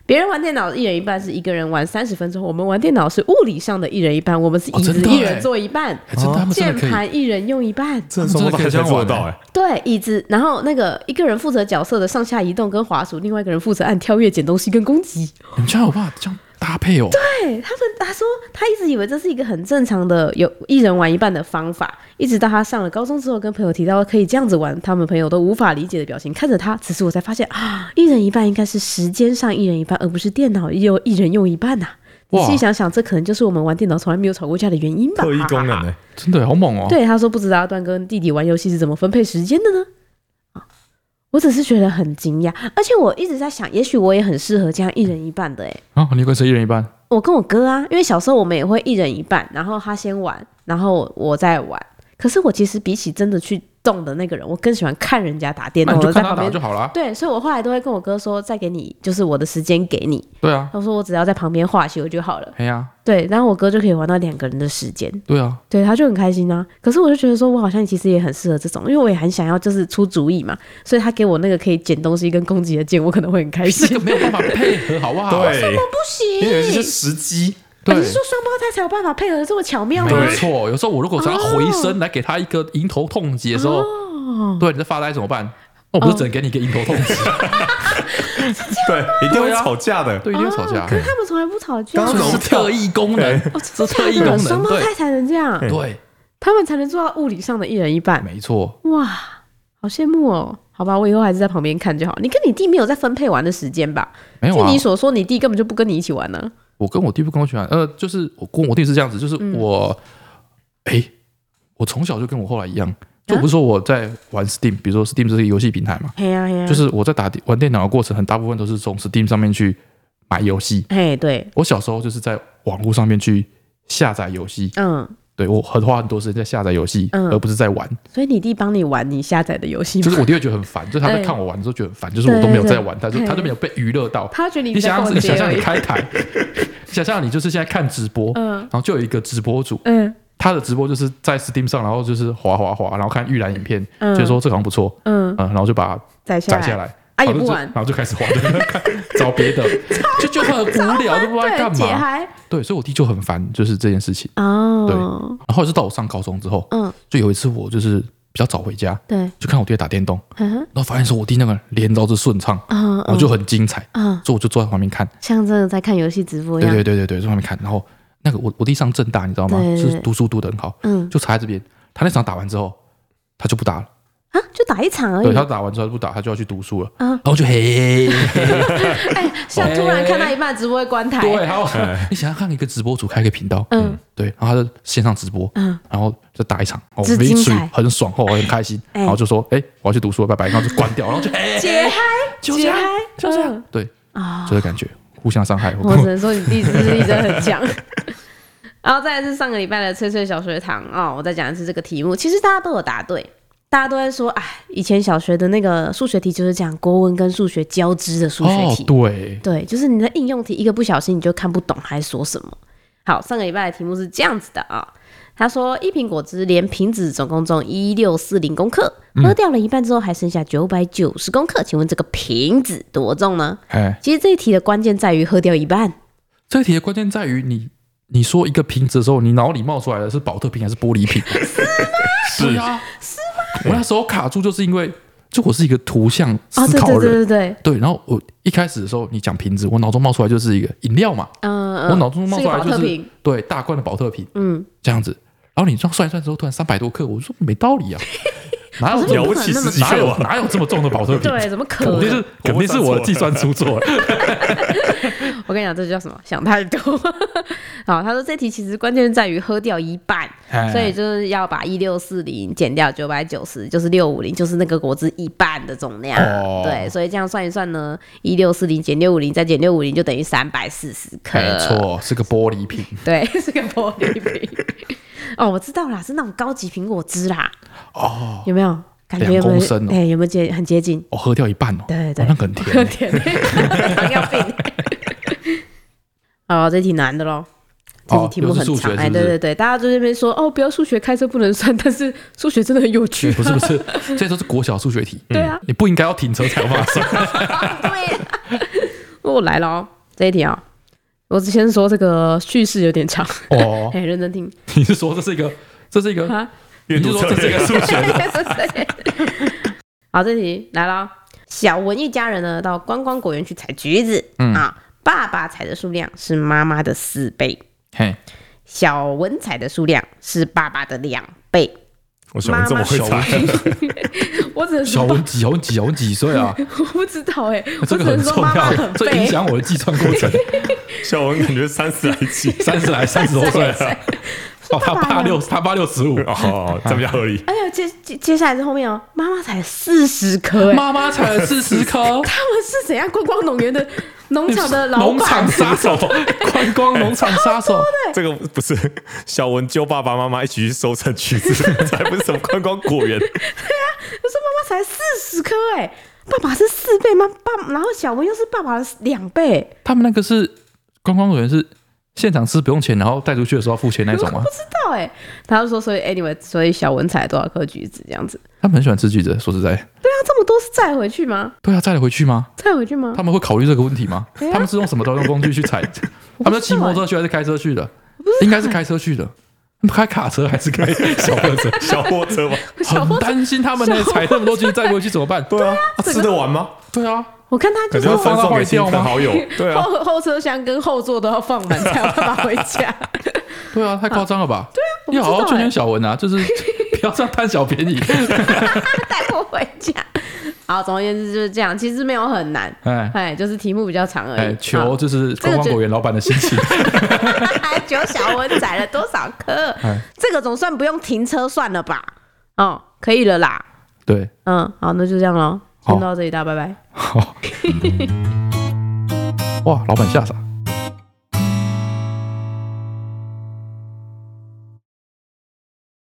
S4: 别人玩电脑一人一半是一个人玩三十分钟，我们玩电脑是物理上的一人一半，我们是椅
S2: 哦
S4: 子
S2: 真的
S4: 一
S2: 哎
S4: 人坐一半，
S2: 哎真的，他们真
S4: 键
S2: 的可以。
S4: 盘一人用一半。
S3: 真的双胞胎才做得到哎、
S4: 对，椅子，然后那个一个人负责角色的上下移动跟滑鼠，另外一个人负责按跳跃、捡东西跟攻击。
S2: 你们家有办法这样搭配哦？
S4: 对哎他们，他说他一直以为这是一个很正常的有一人玩一半的方法，一直到他上了高中之后，跟朋友提到可以这样子玩，他们朋友都无法理解的表情看着他。此时我才发现啊，一人一半应该是时间上一人一半，而不是电脑又一人用一半呐、
S2: 哇
S4: 仔细想想，这可能就是我们玩电脑从来没有吵过架的原因吧。
S3: 特异功能哎、
S2: 真的好猛哦！
S4: 对，他说不知道段跟弟弟玩游戏是怎么分配时间的呢？啊我只是觉得很惊讶，而且我一直在想，也许我也很适合这样一人一半的诶、哎
S2: 啊，你跟谁一人一半？
S4: 我跟我哥啊，因为小时候我们也会一人一半，然后他先玩，然后我再玩。可是我其实比起真的去动的那个人，我更喜欢看人家打电
S2: 那
S4: 动，
S2: 你就
S4: 我在
S2: 看他
S4: 旁
S2: 打就
S4: 边。
S2: 好啦。
S4: 对，所以我后来都会跟我哥说，再给你就是我的时间给你。
S2: 对啊，
S4: 他说我只要在旁边画球就好了。
S2: 哎呀，
S4: 对，然后我哥就可以玩到两个人的时间，
S2: 对啊，
S4: 对，他就很开心啊。可是我就觉得说，我好像其实也很适合这种，因为我也很想要就是出主意嘛，所以他给我那个可以捡东西跟攻击的剑，我可能会很开 心。
S2: 这个没有办法配合，好不好？
S3: 对，
S4: 不行，
S3: 因为有一些时机，
S4: 啊
S2: 对
S4: 你是说双胞胎才有办法配合这么巧妙吗？
S2: 没错，有时候我如果想要回身来给他一个迎头痛击的时候，
S4: 哦
S2: 对，你在发呆怎么办？哦那我不是只能给你一个迎头 痛击，
S3: 对，啊一定会吵架的。
S2: 对，一定会吵
S4: 哦
S2: 架
S4: 可。是他们从来不吵
S3: 刚
S4: 架，
S3: 刚
S2: 这是特异功能，
S4: 哦
S2: 这是特异功
S4: 双
S2: 能，
S4: 胞
S2: 对
S4: 胎才能这样，
S2: 对，
S4: 他们才能做到物理上的一人一半。
S2: 没错，
S4: 哇，好羡慕哦！好吧，我以后还是在旁边看就好。你跟你弟没有在分配玩的时间吧？
S2: 没有
S4: 据
S2: 啊
S4: 你。所说，你弟根本就不跟你一起玩呢。
S2: 我跟我弟不跟我喜欢，呃，就是我跟我弟是这样子，就是
S4: 嗯
S2: 我，哎，我从小就跟我后来一
S4: 嗯
S2: 样，就不是说我在玩 Steam，比如说 Steam 这是一个游戏平台嘛，
S4: 嘿呀嘿呀，
S2: 就是我在打玩电脑的过程，很大部分都是从 Steam 上面去买游戏。
S4: 嘿对，
S2: 我小时候就是在网络上面去下载游戏，
S4: 嗯，
S2: 对我很花很多时间在下载游戏，
S4: 嗯
S2: 而不是在玩。
S4: 所以你弟帮你玩你下载的游戏
S2: 就
S4: 吗
S2: 是？我弟会觉得很烦，就是他在
S4: 对
S2: 看我玩的时候觉得很烦，就是我都没有在玩，他就
S4: 对哎
S2: 他就没有被娱乐到。
S4: 他觉得
S2: 你
S4: 在
S2: 想
S4: 逛
S2: 象，你
S4: 街
S2: 想象
S4: 而
S2: 你
S4: 已。
S2: 开台， 想象你就是现在看直播，
S4: 嗯
S2: 然后就有一个直播主，
S4: 嗯
S2: 他的直播就是在 Steam 上，然后就是滑滑滑，然后看预览影片，
S4: 嗯
S2: 觉得说这个好像不错，
S4: 嗯，
S2: 嗯，然后就把它
S4: 载下
S2: 载
S4: 来
S2: 下来，
S4: 啊也
S2: 好就
S4: 不
S2: 是
S4: 玩
S2: 然，后就开始滑的，看 找别 的，就就很无聊，都不知道在
S4: 对，
S2: 干
S4: 解
S2: 嘛。
S4: 嗨
S2: 对，所以我弟就很烦，就是这件事情。
S4: 哦，
S2: 然后是到我上高中之后，
S4: 嗯，
S2: 就有一次我就是比较早回家，
S4: 对，
S2: 就看我弟在打电动，
S4: 嗯哼，
S2: 然后发现说我弟那个连招是顺畅，
S4: 嗯，
S2: 然后就很精彩，
S4: 嗯，
S2: 所以我就坐在旁边看。
S4: 像真的在看游戏直播一
S2: 对
S4: 样，
S2: 对对对对，坐在旁边看。然后那个我我弟上正大，你知道吗？
S4: 对对对
S2: 是读书读得很好，
S4: 嗯
S2: 就插在这边。他那场打完之后，他就不打了。
S4: 啊，就打一场而
S2: 对
S4: 已
S2: 他，打完之后不打，他就要去读书了。
S4: 嗯
S2: 然后就嘿，
S4: 像突然看到一半直播会关台，
S2: 对，然后你哎想要看一个直播主开一个频道，
S4: 嗯，
S2: 对，然后他就线上直播，
S4: 嗯，
S2: 然后就打一场，哦，
S4: 只
S2: 没
S4: 精
S2: 水
S4: 彩
S2: 很爽，哦，很开心，
S4: 哎
S2: 然后就说，哎，我要去读书了，拜拜，然后就关掉，然后就哎，
S4: 解嗨
S2: 就这
S4: 解
S2: 样
S4: 嗨，，
S2: 就这样
S4: 嗯，
S2: 对，
S4: 啊
S2: 就，这感觉，互相伤害，
S4: 我只能说你弟子力真的很强。然后再来是上个礼拜的翠翠小学堂哦，我再讲一次这个题目，其实大家都有答对，大家都在说，哎，以前小学的那个数学题就是讲国文跟数学交织的数学
S2: 哦
S4: 题，，
S2: 对，
S4: 对，就是你的应用题一个不小心你就看不懂还说什么。好，上个礼拜的题目是这样子的啊、他说一瓶果汁连瓶子总共重一六四零公克，喝掉了一半之后还剩下九百九十公克，请问这个瓶子多重呢？
S2: 哎，
S4: 其实这一题的关键在于喝掉一半，
S2: 这题的关键在于你。你说一个瓶子的时候，你脑里冒出来的是保特瓶还是玻璃 瓶？
S3: 是
S2: 啊，是吗？我那时候卡住，就是因为就我是一个图像
S4: 哦，
S2: 思
S4: 对
S2: 考
S4: 对
S2: 人，
S4: 对对对，
S2: 对，然后我一开始的时候，你讲瓶子，我脑中冒出来就是一个饮料嘛，
S4: 嗯、嗯
S2: 我脑中冒
S4: 是
S2: 出来
S4: 个保
S2: 就
S4: 特
S2: 是
S4: 瓶，
S2: 对大罐的保特瓶
S4: 嗯，
S2: 这样子。然后你这样算一算之后，突然三百多克，我说没道 理啊，哪有
S4: 好像
S2: 这
S3: 了
S2: 么
S3: 不起十几
S2: 哪
S3: 克
S2: 有
S3: 吧？
S2: 哪有这么重的保特瓶？
S4: 对，怎么可
S2: 肯定
S4: 能？
S2: 是肯定是我的计算出 错了。
S4: 我跟你讲，这就叫什么？想太多。 好，他说这题其实关键在于喝掉一半，
S2: 哎
S4: 所以就是要把一六四零减掉九百九十，就是六五零，就是那个果汁一半的总量。
S2: 哦
S4: 对，所以这样算一算呢，一六四零减六五零再减六五零就等于三百四十克。
S2: 没，错，是个玻璃瓶
S4: 对，是个玻璃 瓶。哦，我知道啦，是那种高级苹果汁啦，
S2: 哦，
S4: 有没有？感觉有没
S2: 两
S4: 有
S2: 公？升哦
S4: 哎、有没有接很接近？
S2: 我喝掉一半哦，
S4: 对对
S2: 哦那个很甜
S4: 很。甜， 糖尿 病。哦，这题难的喽，这题
S2: 哦
S4: 题目
S2: 又是
S4: 很
S2: 数学
S4: 长。哎，
S2: 是不
S4: 对
S2: 是
S4: 对对，大家就在那边说哦，不要数学开车不能算，但是数学真的很有趣。
S2: 欸不是不是，这都是国小数学题。
S4: 对啊
S2: 嗯你不应该要停车才有办法 算。嗯
S4: 对，我来了 哦，这一题啊、我只先说这个叙事有点长，
S2: 哦，
S4: 哎，认真听
S2: 你是说这是一个，这是一个，
S4: 啊。
S2: 你
S3: 阅
S2: 是
S3: 读
S2: 说
S3: 测
S2: 这是一
S3: 这
S2: 个
S3: 个
S2: 数学的？
S4: 好，这题来了哦。小文一家人呢，到观光果园去采橘子、
S2: 嗯
S4: 啊，爸爸采的数量是妈妈的四倍，
S2: 嘿，
S4: 小文采的数量是爸爸的两倍。
S3: 我想这么会
S2: 妈妈
S3: 猜，
S4: 我只能
S2: 小
S4: 说，
S2: 文几小文几小文几岁 啊？
S4: 我不知道哎、我
S2: 这
S4: 只
S2: 个很
S4: 能说
S2: 重
S4: 妈妈
S2: 要
S4: 很，
S2: 这影
S4: 背。
S2: 响我的计算过 程。
S3: 小文感觉 三十来啊集
S2: 三十来三十多岁了，哦，他爸六他爸六十五，
S3: 哦，这比较合 理。
S4: 哎呀，接接接下来是后面哦，妈妈才四十颗哎，
S2: 妈妈才四十 颗，
S4: 他们是怎样观光农园的农场的老
S2: 农
S4: 板
S2: 场？杀手，观光农场杀手，
S3: 这个不是小文揪爸爸妈妈一起去收成橘子， 才不是什么观光果园。
S4: 他说妈妈才四十颗哎，爸爸是四倍吗？爸，然后小文又是爸爸的两倍，
S2: 他们那个是观光人是现场吃不用钱，然后带出去的时候付钱那种吗
S4: 不？知道哎。他就说，所以 anyway，所以小文采了多少颗橘子这样子？
S2: 他们很喜欢吃橘子，说实在，
S4: 对啊，这么多是载回去吗？
S2: 对啊，载得回去吗？
S4: 载回去吗？
S2: 他们会考虑这个问题吗？
S4: 啊
S2: 他们是用什么交通工具去采？他们是骑摩托车去还是开车去的？应该是开车去的。他们开卡车还 是开小货车？
S3: 小货车吧？
S4: 小货
S2: 很担心他们呢，
S4: 小货
S2: 采那么多橘子载不回去怎么办？
S3: 对啊，啊吃得完吗？
S2: 对啊，
S4: 我看他
S3: 感
S4: 就是
S3: 觉要分
S2: 放到
S3: 送
S2: 坏
S3: 给亲
S2: 掉吗
S3: 朋好友。对啊，
S4: 后后车厢跟后座都要放满，才有办法回家。
S2: 对啊，太夸张了吧？对啊，
S4: 我不
S2: 要好好
S4: 知道
S2: 劝
S4: 欸
S2: 劝小文啊，就是不要这样贪小便 宜。
S4: 带我回家。好，总而言之就是这样，其实没有很难，
S2: 哎
S4: 哎，就是题目比较长而已。
S2: 哎，求
S4: 啊
S2: 就是观光果园老板的心 情。
S4: 求小文载了多少颗
S2: 哎？
S4: 这个总算不用停车算了吧？哦，可以了啦。
S2: 对，
S4: 嗯，好，那就这样喽，
S2: 好
S4: 先到这里，大家拜拜。
S2: 嗯好。哇，老板吓傻。